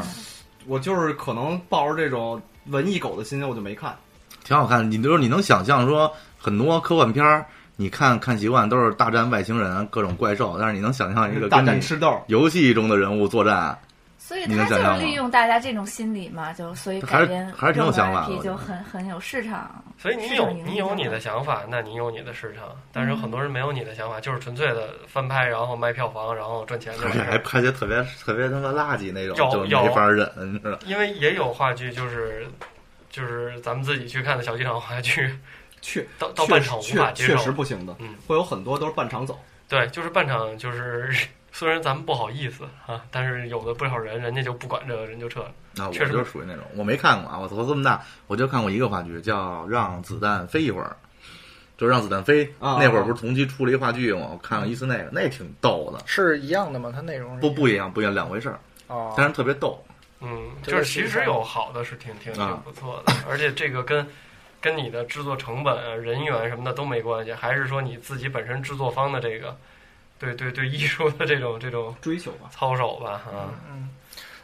Speaker 2: 我就是可能抱着这种文艺狗的心情，我就没看。
Speaker 7: 挺好看。你就是你能想象说很多科幻片儿，你看看习惯都是大战外星人、各种怪兽，但是你能想象一个
Speaker 2: 嗯大
Speaker 7: 跟
Speaker 2: 战
Speaker 7: 你
Speaker 2: 吃豆，
Speaker 7: 游戏中的人物作战，
Speaker 6: 所以
Speaker 7: 你能
Speaker 6: 他就
Speaker 7: 想象
Speaker 6: 是
Speaker 7: 吗
Speaker 6: 利用大家这种心理嘛，就所以
Speaker 7: 还
Speaker 6: 改
Speaker 7: 是
Speaker 6: 编
Speaker 7: 还是挺有
Speaker 6: 这种
Speaker 7: 想法的
Speaker 6: IP
Speaker 7: 我觉
Speaker 6: 就
Speaker 7: 得
Speaker 6: 很很有市场。
Speaker 5: 所以你
Speaker 6: 市
Speaker 5: 有
Speaker 6: 场营
Speaker 5: 你有
Speaker 6: 销
Speaker 5: 你的想法，那你有你的市场，但是很多人没有你的想法，就是纯粹的翻拍，然后卖票房，然后赚钱就
Speaker 7: 而
Speaker 5: 完
Speaker 7: 且
Speaker 5: 事
Speaker 7: 还
Speaker 5: 儿。
Speaker 7: 拍些特别特别他妈垃圾那种，
Speaker 5: 有
Speaker 7: 就没
Speaker 5: 有
Speaker 7: 法忍，你知道。
Speaker 5: 因为也有话剧，就是就是咱们自己去看的小剧场话剧，
Speaker 2: 确
Speaker 5: 到到
Speaker 2: 确
Speaker 5: 半
Speaker 2: 实
Speaker 5: 场无法接
Speaker 2: 确确
Speaker 5: 受。
Speaker 2: 实不行的
Speaker 5: 嗯，
Speaker 2: 会有很多都是半场走。
Speaker 5: 对，就是半场，就是 虽然咱们不好意思啊，但是有的不少人人家就不管这个，人就撤了。
Speaker 7: 啊，我
Speaker 5: 确实
Speaker 7: 就是属于那种，我没看过啊，我从这么大我就看过一个话剧，叫《让子弹飞一会儿》，就是让子弹飞。
Speaker 2: 啊
Speaker 7: 那会儿不是同期出了一话剧吗？我看了一次那个，那挺逗的，
Speaker 1: 是一样的吗？它内容是
Speaker 7: 不不一样，不一样，两回事儿，
Speaker 1: 哦，
Speaker 7: 但是特别逗。
Speaker 5: 嗯，
Speaker 1: 这
Speaker 5: 就
Speaker 1: 个
Speaker 5: 是
Speaker 1: 是
Speaker 5: 其实有好的是挺挺挺
Speaker 7: 啊
Speaker 5: 不错的，而且这个跟跟你的制作成本、啊、人员什么的都没关系，还是说你自己本身制作方的这个对对对艺术的这种这种
Speaker 2: 追求吧，
Speaker 5: 操守吧啊。
Speaker 1: 嗯，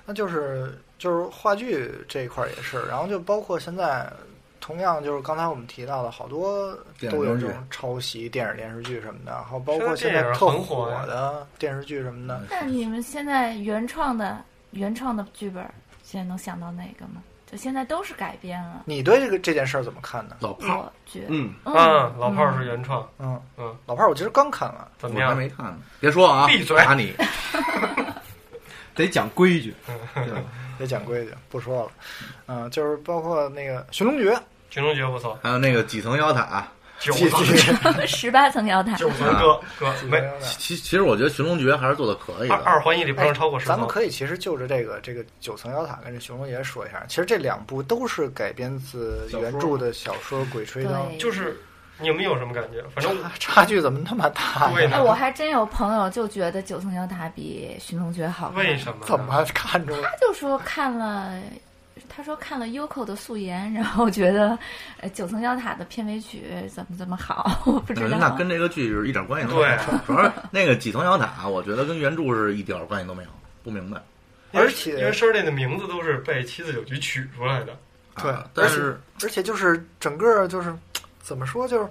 Speaker 1: 那就是就是话剧这一块儿也是，然后就包括现在，同样就是刚才我们提到的好多
Speaker 7: 电影
Speaker 1: 都有
Speaker 7: 电视
Speaker 1: 这
Speaker 7: 剧
Speaker 1: 种抄袭电影电视剧什么的，然后包
Speaker 5: 现在
Speaker 1: 括现
Speaker 5: 啊电
Speaker 1: 在
Speaker 5: 影
Speaker 1: 特
Speaker 5: 很火
Speaker 1: 火
Speaker 5: 呀
Speaker 1: 的电视剧什么
Speaker 7: 嗯
Speaker 1: 的，
Speaker 6: 但你们现在原创的原创的剧本，现在能想到哪个吗？就现在都是改编了，
Speaker 1: 你对这个这件事儿怎么看呢？
Speaker 7: 老炮儿，
Speaker 6: 我觉得
Speaker 2: 嗯，
Speaker 6: 嗯
Speaker 5: 啊，老炮儿
Speaker 6: 嗯
Speaker 5: 是原创，
Speaker 1: 嗯
Speaker 5: 嗯，
Speaker 1: 老炮儿，我其实刚看完，
Speaker 5: 怎么
Speaker 7: 我还
Speaker 5: 样？
Speaker 7: 没看呢，别说啊，
Speaker 5: 闭嘴
Speaker 7: 打你！
Speaker 2: 得讲规矩。对吧
Speaker 1: 也讲规矩，不说了。嗯，就是包括那个《寻龙诀》
Speaker 5: 群众觉不错，
Speaker 7: 还有那个几层妖塔，啊
Speaker 5: 九
Speaker 1: 继
Speaker 5: 层
Speaker 1: 续，
Speaker 6: 十八层妖塔，
Speaker 5: 九层哥哥 没
Speaker 7: 其其实我觉得《寻龙诀》还是做的可以
Speaker 5: 二
Speaker 7: 的。
Speaker 5: 二环以里不能超过十
Speaker 1: 哎咱们
Speaker 5: 层，
Speaker 1: 可以其实就着这个这个九层妖塔跟这《寻龙诀》说一下，其实这两部都是改编自原著的小说《鬼吹灯》，
Speaker 6: 对，
Speaker 5: 就是你们有什么感觉？反正
Speaker 1: 差差距怎么那么大
Speaker 5: 对
Speaker 1: 呀？
Speaker 6: 哎，
Speaker 5: 呢，
Speaker 6: 我还真有朋友就觉得《九层妖塔》比《寻龙诀》好看，
Speaker 5: 为什么呢？
Speaker 1: 怎么看出来？
Speaker 6: 他就说看了，他说看了 Yoko 的素颜，然后觉得呃《九层妖塔》的片尾曲怎么怎么好，我不知道。
Speaker 7: 嗯那跟这个剧是一点关系都没有
Speaker 5: 啊对。
Speaker 7: 啊主要是那个几层妖塔，我觉得跟原著是一点关系都没有，不明白。
Speaker 5: 因为
Speaker 1: 而且
Speaker 5: 因为 Shirley 的名字都是被七四九局取出来的，
Speaker 1: 对
Speaker 7: 啊但是
Speaker 1: 而且就是整个就是怎么说，就是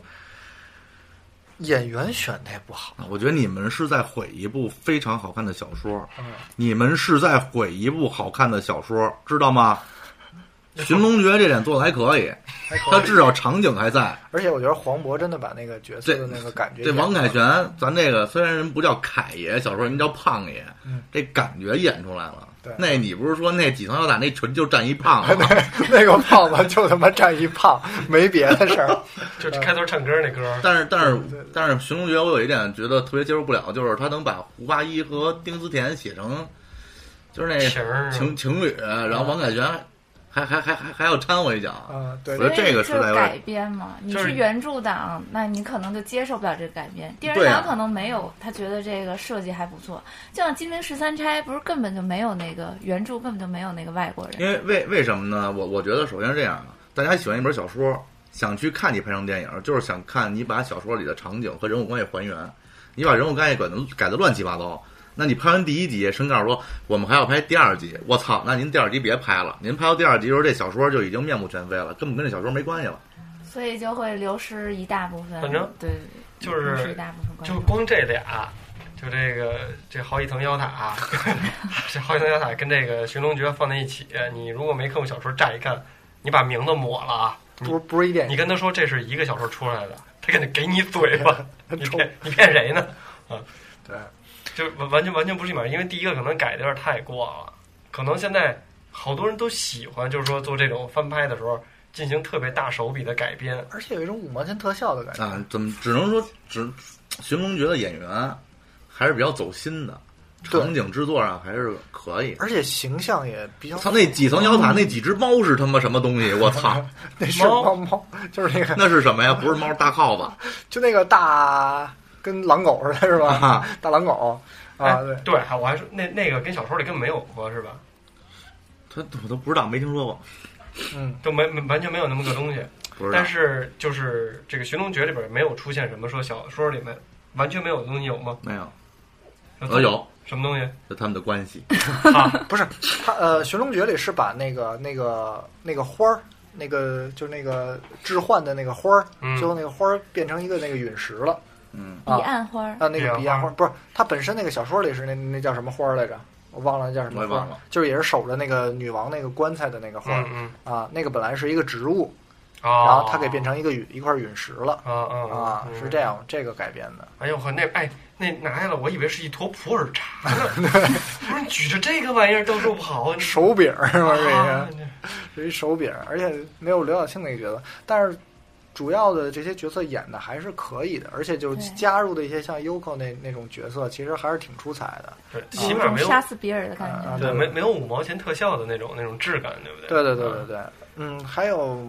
Speaker 1: 演员选的也不好。
Speaker 7: 啊我觉得你们是在毁一部非常好看的小说，
Speaker 1: 嗯
Speaker 7: 你们是在毁一部好看的小说，知道吗？《寻龙诀》这点做的还可以，它至少场景还在。
Speaker 1: 而且我觉得黄渤真的把那个角色的那个感觉
Speaker 7: 这
Speaker 1: 演得
Speaker 7: 王凯旋，咱这个虽然人不叫凯爷，小时候人叫胖爷，
Speaker 1: 嗯
Speaker 7: 这感觉演出来了
Speaker 1: 对。哎
Speaker 7: 那你不是说那几层腰打那纯就占一胖子吗？
Speaker 1: 那个胖子就他妈站一胖，没别的事儿。
Speaker 5: 就开头唱歌那歌，
Speaker 7: 但是但是
Speaker 1: 对对
Speaker 7: 但是《寻龙诀》我有一点觉得特别接受不了，就是他能把胡八一和丁思甜写成就是
Speaker 1: 哎
Speaker 7: 那
Speaker 5: 情儿
Speaker 7: 情情侣，然后王凯旋还还还还还要掺和一脚。
Speaker 1: 啊，对
Speaker 7: 我觉得
Speaker 6: 因为
Speaker 7: 这个
Speaker 6: 就是
Speaker 7: 在
Speaker 6: 改编嘛，你
Speaker 5: 就是
Speaker 6: 是原著党，那你可能就接受不了这个改编。电视
Speaker 7: 对啊
Speaker 6: 台可能没有，他觉得这个设计还不错。就像《金陵十三钗》，不是根本就没有那个原著，根本就没有那个外国人。
Speaker 7: 因为为为什么呢？我我觉得首先是这样啊，大家喜欢一本小说，想去看你拍成电影，就是想看你把小说里的场景和人物关系还原。你把人物关系改的改的乱七八糟，那你拍完第一集，申告诉说我们还要拍第二集，我操，那您第二集别拍了，您拍到第二集的时候，这小说就已经面目全非了，根本跟这小说没关系了。
Speaker 6: 所以就会流失一大部分，
Speaker 5: 反正
Speaker 6: 对，
Speaker 5: 就
Speaker 6: 流失一
Speaker 5: 是
Speaker 6: 大部分观
Speaker 5: 就
Speaker 6: 众。
Speaker 5: 光这俩，就这个这好几层妖塔、啊 这好几层妖塔跟这个寻龙诀放在一起，你如果没看过小说，乍一看，你把名字抹了啊，你
Speaker 1: 不不是一点
Speaker 5: 你跟他说这是一个小说出来的，他肯定给你嘴巴，你
Speaker 1: 冲
Speaker 5: 骗你骗谁呢？啊
Speaker 1: 对，
Speaker 5: 就完完全完全不是一码事，因为第一个可能改的有点太过了，可能现在好多人都喜欢，就是说做这种翻拍的时候进行特别大手笔的改编，
Speaker 1: 而且有一种五毛钱特效的感觉。
Speaker 7: 啊，怎么只能说只《寻龙诀》的演员还是比较走心的，
Speaker 1: 对
Speaker 7: 场景制作上还是可以。
Speaker 1: 而且形象也比较
Speaker 7: 操，那几层妖塔那几只猫是他妈什么东西？我操！
Speaker 1: 那是猫猫，就是那个
Speaker 7: 那是什么呀？不是猫，大耗子。
Speaker 1: 就那个大跟狼狗似的，是吧？
Speaker 7: 啊
Speaker 1: 大狼狗
Speaker 5: 哎
Speaker 1: 啊，对，
Speaker 5: 对，还我还说那那个跟小说里根本没有过是吧？
Speaker 7: 他我都不知道，没听说过。
Speaker 1: 嗯，
Speaker 5: 都没没完全没有那么个东西。
Speaker 7: 不知道
Speaker 5: 但是就是这个《寻龙诀》里边没有出现什么说小说里面完全没有的东西有吗？
Speaker 7: 没有，呃有
Speaker 5: 什么东西？
Speaker 7: 就他们的关系。
Speaker 1: 不是他呃，《寻龙诀》里是把那个那个那个花儿。那个就是那个置换的那个花儿，
Speaker 5: 嗯
Speaker 1: 最后那个花儿变成一个那个陨石了
Speaker 7: 嗯，
Speaker 1: 啊
Speaker 6: 彼岸花儿，
Speaker 1: 啊！那个
Speaker 5: 彼
Speaker 1: 彼
Speaker 5: 岸
Speaker 1: 岸
Speaker 5: 花
Speaker 1: 花儿不是它本身那个小说里是那那叫什么花儿来着？我忘了那叫什么
Speaker 7: 我也
Speaker 1: 花儿
Speaker 7: 忘了，
Speaker 1: 就是也是守着那个女王那个棺材的那个花儿
Speaker 5: 嗯嗯
Speaker 1: 啊，那个本来是一个植物，
Speaker 5: 哦，
Speaker 1: 然后它给变成一个陨一块陨石了
Speaker 5: 啊啊
Speaker 1: 啊，是这。样这个改编的。
Speaker 5: 哎呦呵，那哎那拿下来，我以为是一坨普洱 茶呢。不是你举着这个玩意儿到处跑，啊你
Speaker 1: 手柄儿 是吧？这
Speaker 5: 啊
Speaker 1: 个是一手柄儿，而且没有刘晓庆那个角色，但是主要的这些角色演的还是可以的，而且就
Speaker 6: 对
Speaker 1: 是加入的一些像 Yoko 那那种角色，其实还是挺出彩的。
Speaker 5: 对，起
Speaker 6: 有一
Speaker 5: 码
Speaker 6: 种
Speaker 5: 没有
Speaker 6: 杀死比尔的感觉。
Speaker 1: 啊
Speaker 5: 对没没有五毛钱特效的那种那种质感，对不啊对？
Speaker 1: 对对对对对，嗯，还有，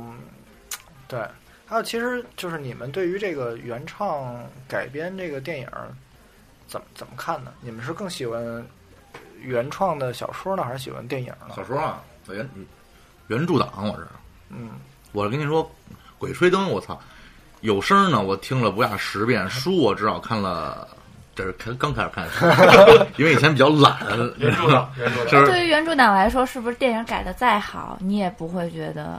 Speaker 1: 对，还有，其实就是你们对于这个原创改编这个电影儿怎么怎么看呢？你们是更喜欢原创的小说呢，还是喜欢电影呢？
Speaker 7: 小说啊，原原著党我是，
Speaker 1: 嗯，
Speaker 7: 我跟你说，《鬼吹灯》我操，有声儿呢，我听了不下十遍，书我至少看了，这是开刚开始看书， 因为以前比较懒，
Speaker 5: 原著党，原 著党
Speaker 7: 就是
Speaker 6: 对于原著党来说，是不是电影改的再好，你也不会觉得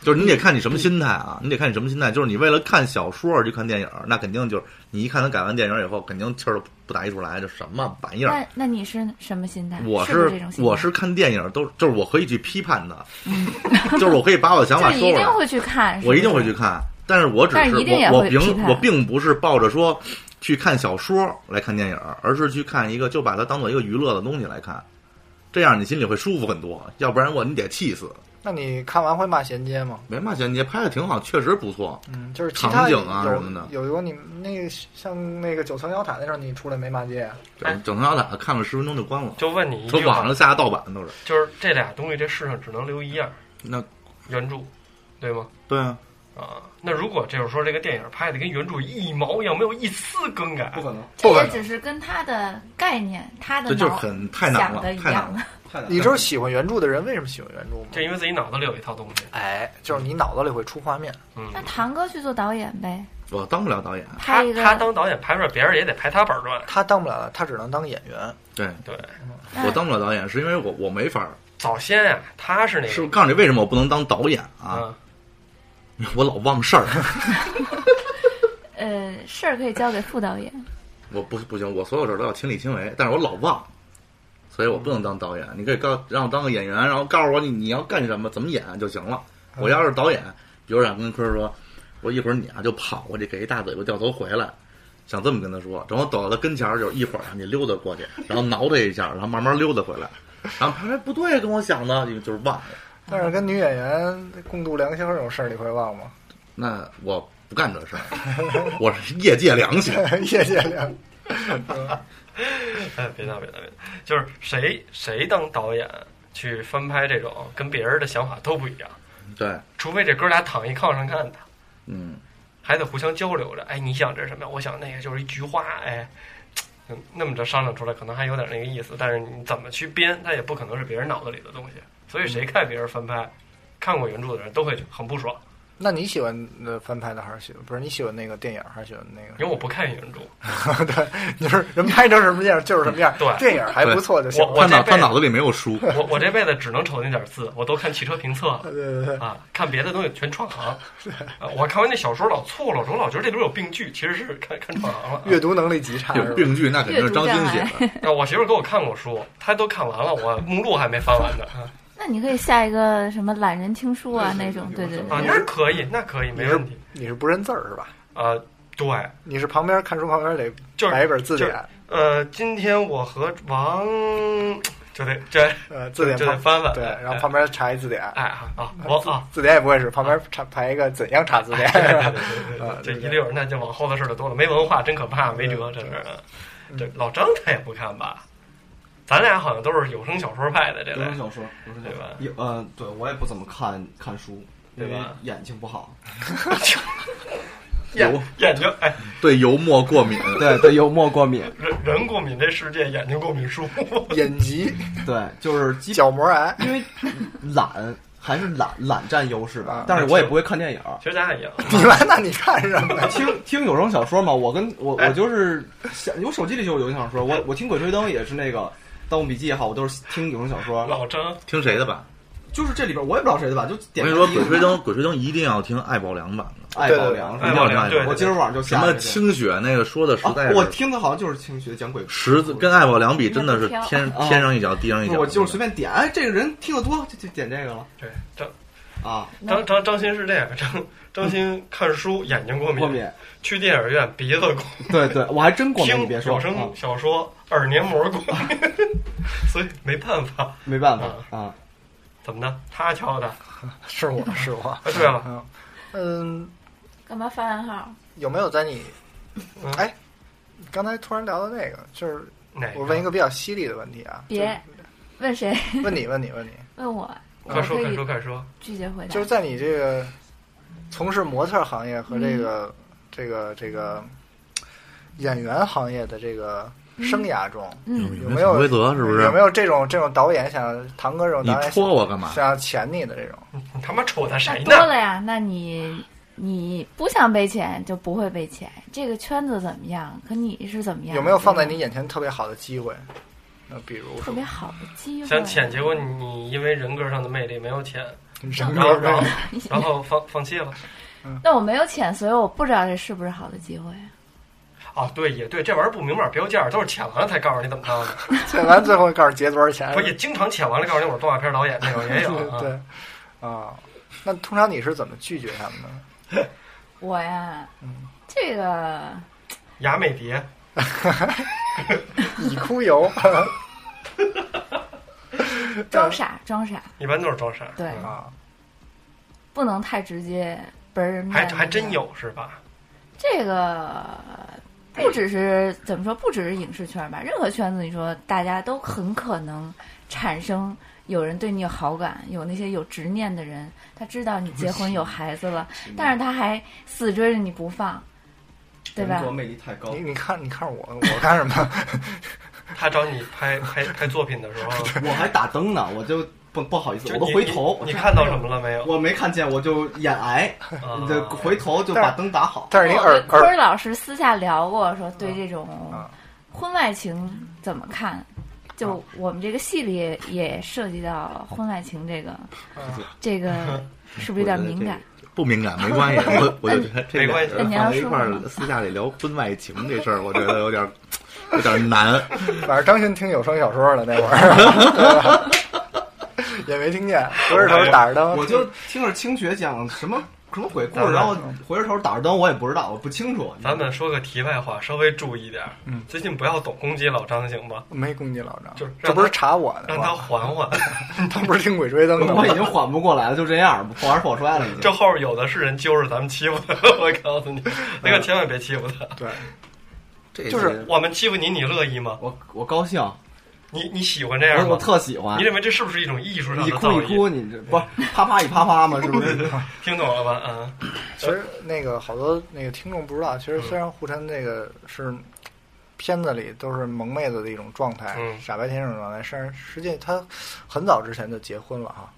Speaker 7: 就是你得看你什么心态啊，你得看你什么心态。就是你为了看小说而去看电影，那肯定就是你一看他改完电影以后，肯定气儿都不打一处来，就什么玩意儿。
Speaker 6: 那那你是什么心态？
Speaker 7: 我
Speaker 6: 是
Speaker 7: 是
Speaker 6: 不这种心态
Speaker 7: 我是看电影都就是我可以去批判 的，就是我可以把我的想
Speaker 6: 就
Speaker 7: 法
Speaker 6: 是
Speaker 7: 说
Speaker 6: 一
Speaker 7: 出
Speaker 6: 定
Speaker 7: 来，
Speaker 6: 会去看，
Speaker 7: 我一定
Speaker 6: 是不
Speaker 7: 会
Speaker 6: 是
Speaker 7: 去看。但是我只
Speaker 6: 但
Speaker 7: 是
Speaker 6: 是一定也
Speaker 7: 我我
Speaker 6: 会批
Speaker 7: 并
Speaker 6: 判
Speaker 7: 我并不是抱着说去看小说来看电影，而是去看一个就把它当做一个娱乐的东西来看，这样你心里会舒服很多。要不然我你得气死。
Speaker 1: 那你看完会骂衔接吗？
Speaker 7: 没嘛，姐，你拍的挺好，确实不错。
Speaker 1: 嗯，就是其
Speaker 7: 场
Speaker 1: 他
Speaker 7: 景
Speaker 1: 有
Speaker 7: 啊什么的
Speaker 1: 有有你们那个像那个九层妖塔那时候你出来没骂街啊？
Speaker 5: 哎
Speaker 7: 整整套打看了十分钟就关了，
Speaker 5: 就问你一
Speaker 7: 从
Speaker 5: 句
Speaker 7: 网
Speaker 5: 话
Speaker 7: 上，下盗版都是。
Speaker 5: 就是这俩东西这世上只能留一样，
Speaker 7: 那
Speaker 5: 原著，对吗？
Speaker 7: 对啊，
Speaker 5: 啊，那如果就是说这个电影拍的跟原著一毛一样，没有一丝更改
Speaker 2: 不，可能，
Speaker 6: 这也只是跟他的概念、他的
Speaker 7: 这就
Speaker 6: 脑
Speaker 7: 很太难
Speaker 6: 想
Speaker 7: 了
Speaker 6: 的，一
Speaker 7: 太难
Speaker 6: 样
Speaker 7: 了。
Speaker 2: 太难了。
Speaker 1: 你知道喜欢原著的人为什么喜欢原著吗？
Speaker 5: 就因为自己脑子里有一套东西。
Speaker 1: 哎，就是你脑子里会出画面，
Speaker 5: 嗯，
Speaker 6: 那堂哥去做导演呗，
Speaker 7: 我当不了导演，
Speaker 5: 他
Speaker 6: 拍一个
Speaker 5: 他当导演拍出来，别人也得拍他本传。
Speaker 1: 他当不了，他只能当演
Speaker 5: 嗯
Speaker 1: 员。
Speaker 7: 对
Speaker 5: 对，
Speaker 6: 那
Speaker 7: 我当不了导演，是因为我我没法儿。
Speaker 5: 早先呀、他是那个
Speaker 7: 是不是告诉你为什么我不能当导演啊？
Speaker 5: 啊，
Speaker 7: 我老忘事儿，
Speaker 6: 呃事儿可以交给副导演。
Speaker 7: 我不不行，我所有事儿都要亲力亲为，但是我老忘，所以我不能当导演。你可以告让我当个演员，然后告诉我你你要干什么，怎么演就行了。我要是导演，比如想跟坤儿说，我一会儿你啊就跑过去给一大嘴巴掉头回来，想这么跟他说，等我走到他跟前儿就一会儿啊让你溜达过去，然后挠他一下，然后慢慢溜达回来。然后他说不对，跟我想的就是忘了。
Speaker 1: 但是跟女演员共度良宵这种事儿，你会忘吗？
Speaker 7: 那我不干这事儿， 我是业界良心。
Speaker 1: 叶谢良，
Speaker 5: 嗯哎，别闹别闹别闹，就是谁谁当导演去翻拍这种，跟别人的想法都不一样，
Speaker 7: 对，
Speaker 5: 除非这哥俩躺一炕上干的，
Speaker 7: 嗯，
Speaker 5: 还得互相交流着。哎，你想这是什么呀？我想那个就是一菊花，哎。嗯那么着商量出来，可能还有点那个意思，但是你怎么去编，它也不可能是别人脑子里的东西。所以
Speaker 7: 嗯
Speaker 5: 谁看别人翻拍，看过原著的人都会很不爽，
Speaker 1: 那你喜欢呃翻拍的还是喜欢？不是你喜欢那个电影还是喜欢那
Speaker 5: 因
Speaker 1: 个？
Speaker 5: 为我不看原著，
Speaker 1: 对，你是人拍成什么样就是什么样。
Speaker 5: 对
Speaker 1: 电影还不错就行了。
Speaker 5: 我
Speaker 7: 他
Speaker 5: 这
Speaker 7: 脑
Speaker 5: 辈
Speaker 7: 他
Speaker 5: 子
Speaker 7: 脑子里没有书。
Speaker 5: 我我这辈子只能瞅那点字，我都看汽车评测了
Speaker 1: 对对对，
Speaker 5: 啊，看别的东西全串行。啊我看完那小说老错了，我说老觉得这里边有病句，其实是看看串行了。
Speaker 1: 阅读能力极差。是
Speaker 7: 有
Speaker 1: 吧
Speaker 7: 病句那肯定是张晶写的，
Speaker 5: 啊我媳妇儿给我看过书，她都看完了，我目录还没翻完呢。啊，
Speaker 6: 那你可以下一个什么懒人听书啊那种，对对对，
Speaker 5: 那可以，那可以，
Speaker 1: 你
Speaker 5: 没
Speaker 1: 是
Speaker 5: 问题。
Speaker 1: 你是不认字儿是吧？
Speaker 5: 啊，对，
Speaker 1: 你是旁边看书旁边得
Speaker 5: 就是
Speaker 1: 摆一本字典，
Speaker 5: 呃，今天我和王就得这
Speaker 1: 呃，字典
Speaker 5: 就得
Speaker 1: 旁
Speaker 5: 翻翻
Speaker 1: 对，
Speaker 5: 哎
Speaker 1: 然后旁边查一字典，
Speaker 5: 哎啊啊，我 啊。哎
Speaker 1: 字典也不会使，旁边查排一个怎样查字典，
Speaker 5: 对
Speaker 1: 是
Speaker 5: 对
Speaker 1: 吧
Speaker 5: 对对
Speaker 1: 啊
Speaker 5: 对，这
Speaker 1: 对
Speaker 5: 一溜儿那就往后的事儿就多了，没文化真可怕，没辙，这是。这老张他也不看吧？咱俩好像都是有声小说派的这
Speaker 2: 有
Speaker 5: 类
Speaker 2: 声，小说，有声小
Speaker 5: 对吧
Speaker 2: 说，有呃，对我也不怎么看看书，
Speaker 5: 对
Speaker 2: 因为
Speaker 5: 吧
Speaker 2: 眼睛不 好。
Speaker 5: 眼眼睛哎，
Speaker 7: 对油墨过敏。
Speaker 2: 对对，幽默过敏。
Speaker 5: 人人过敏这世界，眼睛过敏书。
Speaker 1: 眼疾、
Speaker 2: 对，就是基
Speaker 1: 角膜癌，
Speaker 2: 因为懒还是懒懒占优势吧
Speaker 1: 啊，
Speaker 2: 但是我也不会看电影 儿。
Speaker 5: 其实咱俩一样，
Speaker 1: 你来那你看什么 呀？
Speaker 2: 哎听听有声小说嘛，我跟我
Speaker 5: 哎
Speaker 2: 我就是想，我手机里就有有声小说，我我听《鬼吹灯》也是那个《盗墓笔记》也好，我都是听有声小说，
Speaker 5: 老张
Speaker 7: 听谁的吧？
Speaker 2: 就是这里边我也不知道谁的吧，就
Speaker 7: 我
Speaker 2: 点
Speaker 7: 跟你说，《
Speaker 2: 第一
Speaker 7: 鬼
Speaker 2: 个
Speaker 7: 吹灯》《鬼吹灯》一定要听艾宝良版的，
Speaker 2: 爱宝良
Speaker 5: 对对对
Speaker 2: 是吧
Speaker 5: 爱宝良对对对
Speaker 2: 我今儿晚上就
Speaker 7: 什
Speaker 2: 下
Speaker 7: 么
Speaker 2: 了这个
Speaker 7: 清雪那个说的实
Speaker 2: 啊
Speaker 7: 在，是，
Speaker 2: 我听的好像就是清雪讲鬼故事，
Speaker 7: 十字跟艾宝良比真的是
Speaker 6: 那不挑
Speaker 7: 天
Speaker 2: 啊
Speaker 7: 天上一脚地上一
Speaker 2: 不
Speaker 7: 脚。
Speaker 2: 是我就是随便点，哎，这个人听得多就就点这个了
Speaker 5: 对张
Speaker 2: 啊，
Speaker 5: 张张张鑫是这样，张张鑫看书眼睛过敏，
Speaker 2: 过敏，
Speaker 5: 去电影院鼻子过
Speaker 2: 对对，我还真过敏，
Speaker 5: 听
Speaker 2: 你别说
Speaker 5: 有，
Speaker 2: 啊
Speaker 5: 声小说耳黏膜过敏， 所以没办法，
Speaker 2: 没办法啊，
Speaker 5: 怎么的？他敲的。啊，
Speaker 1: 是我是我，
Speaker 5: 对了，
Speaker 1: 嗯，
Speaker 6: 干嘛翻暗号？
Speaker 1: 有没有在你
Speaker 5: 嗯？
Speaker 1: 哎，刚才突然聊到那个，就是
Speaker 5: 哪
Speaker 1: 我问一个比较犀利的问题啊，
Speaker 6: 别问谁？
Speaker 1: 就问你问你问你，
Speaker 6: 问我，
Speaker 5: 快
Speaker 6: 我
Speaker 5: 说
Speaker 6: 可
Speaker 5: 快
Speaker 6: 以
Speaker 5: 说快说，
Speaker 6: 拒绝回答。
Speaker 1: 就是在你这个从事模特行业和
Speaker 6: 嗯
Speaker 1: 这个、这个这个演员行业的这个生涯中，
Speaker 6: 嗯，
Speaker 1: 有
Speaker 7: 没
Speaker 1: 没
Speaker 7: 有
Speaker 1: 有
Speaker 7: 潜规则，是不是
Speaker 1: 有没？有这种这种导演想堂哥这种
Speaker 7: 你
Speaker 1: 导演
Speaker 7: 戳我干嘛？
Speaker 1: 想潜你的这种？
Speaker 5: 你他妈瞅他
Speaker 6: 那
Speaker 5: 谁
Speaker 6: 多
Speaker 5: 呢？
Speaker 6: 了呀，那你你不想被钱就不会被钱，这个圈子怎么样？可你是怎么样？
Speaker 1: 有没有放在你眼前特别好的机会？那比如
Speaker 6: 特
Speaker 1: 说
Speaker 6: 别好的机会？
Speaker 5: 想潜，结果你你因为人格上的魅力没有潜，
Speaker 1: 什么
Speaker 5: 然后然后
Speaker 1: 样？
Speaker 5: 然 后放放弃了。
Speaker 6: 那我没有潜，所以我不知道这是不是好的机会。
Speaker 5: 啊，对，也对，这玩意儿不明码标价，都是潜完了才告诉你怎么着 的。
Speaker 1: 剪完最后告诉结多少
Speaker 2: 哎
Speaker 1: 钱？
Speaker 5: 不也经常潜完了告诉你我是动画片导演那种也有 啊。
Speaker 1: 对对啊。那通常你是怎么拒绝他们的？
Speaker 6: 我呀，
Speaker 1: 嗯
Speaker 6: 这个
Speaker 5: 雅美蝶，
Speaker 1: 以哭油，
Speaker 6: 装傻装傻，
Speaker 5: 一般都是装傻。
Speaker 6: 对
Speaker 5: 嗯
Speaker 1: 呃啊，
Speaker 6: 不能太直接，不是面
Speaker 5: 还
Speaker 6: 对
Speaker 5: 还真
Speaker 6: 面
Speaker 5: 有是吧？
Speaker 6: 这个不只是怎么说，不只是影视圈吧，任何圈子，你说大家都很可能产生有人对你有好感，有那些有执念的人，他知道你结婚有孩子了，但是他还死追着你不放，对吧
Speaker 2: 人格？魅力太高
Speaker 1: 你，你看你看我我干什么？
Speaker 5: 他找你拍拍拍作品的时 候，
Speaker 2: 我还打灯呢，我就不不好意思，
Speaker 5: 就
Speaker 2: 我都
Speaker 5: 你
Speaker 2: 回
Speaker 5: 你
Speaker 2: 头。我
Speaker 5: 你
Speaker 2: 说
Speaker 5: 看到什么了没有？
Speaker 2: 我没看见，我就眼癌，
Speaker 5: 啊
Speaker 2: 你就回头就把灯打好。
Speaker 1: 但是你耳
Speaker 6: 我跟坤
Speaker 1: 耳
Speaker 6: 儿老师私下聊过，说对这种
Speaker 1: 啊
Speaker 6: 婚外情怎么看？就我们这个系列也涉及到婚外情这个，这个是不是有点敏感？
Speaker 7: 不敏感没关系，我我就觉得这
Speaker 5: 没关系
Speaker 7: 俩人放在一块儿私下里聊婚外情这事儿，我觉得有点 儿有点儿难。
Speaker 1: 反正张鑫听有声小说了那会儿，也没听见，回着头打着灯，
Speaker 2: 哎我就听着清雪讲什么什么鬼故
Speaker 5: 咱
Speaker 2: 事，
Speaker 5: 们
Speaker 2: 然后回着头打着灯，我也不知道，我不清楚。
Speaker 5: 咱们说个题外话，稍微注意点儿。
Speaker 1: 嗯
Speaker 5: 最近不要总攻击老张，行吗？
Speaker 1: 没攻击老张
Speaker 5: 就是，
Speaker 1: 这
Speaker 5: 让
Speaker 1: 不是
Speaker 5: 他
Speaker 1: 查我
Speaker 2: 嗯
Speaker 1: 呢
Speaker 5: 让他
Speaker 1: 吗？
Speaker 5: 缓缓，
Speaker 1: 他不是听鬼吹灯的吗
Speaker 2: 我已？经缓不过来了，就这样，破玩破摔了已
Speaker 5: 这
Speaker 2: 经。
Speaker 5: 后边有的是人揪着咱们欺负他。 我告诉你，
Speaker 2: 嗯
Speaker 5: 那个千万别欺负他。
Speaker 1: 对，
Speaker 7: 这
Speaker 2: 嗯
Speaker 1: 就是
Speaker 5: 我们欺负你，你乐意吗？
Speaker 2: 我我高兴，
Speaker 5: 你你喜欢这样
Speaker 2: 我我
Speaker 5: 吗？
Speaker 2: 特喜欢
Speaker 5: 你。认为这是不是一种艺术上
Speaker 2: 一
Speaker 5: 的
Speaker 2: 哭
Speaker 5: 造
Speaker 2: 一
Speaker 5: 诣？
Speaker 2: 哭，你这不啪啪一啪啪吗？是不是？
Speaker 5: 听懂了吧？啊，
Speaker 1: 其实那个好多那个听众不知道，
Speaker 2: 嗯
Speaker 1: 其实虽然护城这个是片子里都是萌妹子的一种状态，
Speaker 5: 嗯
Speaker 1: 傻白甜这种状态，但是实际他很早之前就结婚了哈，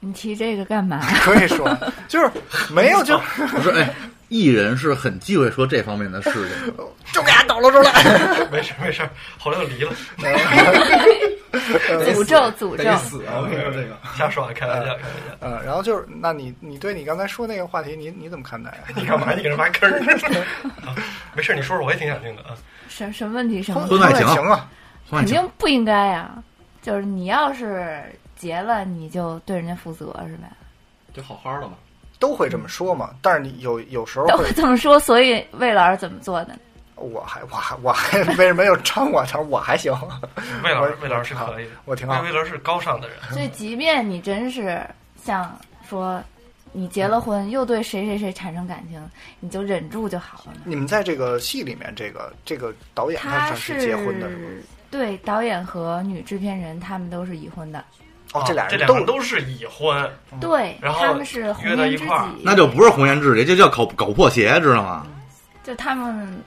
Speaker 6: 你提这个干嘛？
Speaker 1: 可以 说就是没有就
Speaker 7: 不是哎，艺人是很忌讳说这方面的事情 的。
Speaker 1: 就给他抖搂出 来。
Speaker 5: 没事没事，后来又离了，
Speaker 6: 诅咒诅
Speaker 2: 得
Speaker 6: 咒，
Speaker 2: 死！ 啊
Speaker 7: 嗯
Speaker 2: 我跟你说这个，
Speaker 5: 瞎说啊，开玩笑开玩笑。
Speaker 1: 嗯，然后就是，那你你对你刚才说那个话题，你你怎么看待啊？
Speaker 5: 你干嘛？你给人挖坑 儿？啊没事，你说说，我也挺想听的啊。
Speaker 6: 什什么问题？什么
Speaker 1: 婚
Speaker 6: 问题
Speaker 7: 婚外情
Speaker 1: 情啊，
Speaker 7: 换
Speaker 6: 肯
Speaker 7: 讲
Speaker 6: 定不应该呀、就是你要是结了，你就对人家负责是吧？
Speaker 2: 就好好的嘛。
Speaker 1: 都会这么说嘛。但是你有有时候
Speaker 6: 都
Speaker 1: 会
Speaker 6: 会，这么说，所以魏老师怎么做的？
Speaker 1: 我还我还我还为什么又张我？张我还行，
Speaker 5: 魏老师，魏老师是可以的，
Speaker 1: 我挺
Speaker 5: 魏
Speaker 1: 嗯好
Speaker 5: 魏。老师是高尚的人。
Speaker 6: 所以，即便你真是像说你结了婚，又对谁谁谁产生感情，你就忍住就好了嘛。
Speaker 1: 你们在这个戏里面，这个这个导演他是
Speaker 6: 是
Speaker 1: 结婚的是吗？
Speaker 6: 对导演和女制片人，他们都是已婚的，
Speaker 1: 哦，这俩
Speaker 5: 啊这
Speaker 1: 人
Speaker 5: 两
Speaker 1: 都
Speaker 5: 个人都是已婚，
Speaker 6: 对，
Speaker 5: 然后
Speaker 6: 他们是红
Speaker 5: 约到
Speaker 6: 颜
Speaker 5: 一
Speaker 6: 知
Speaker 5: 块儿
Speaker 6: 己，
Speaker 7: 那就不是红颜知己，这叫搞搞破鞋，知道吗？
Speaker 6: 就他们，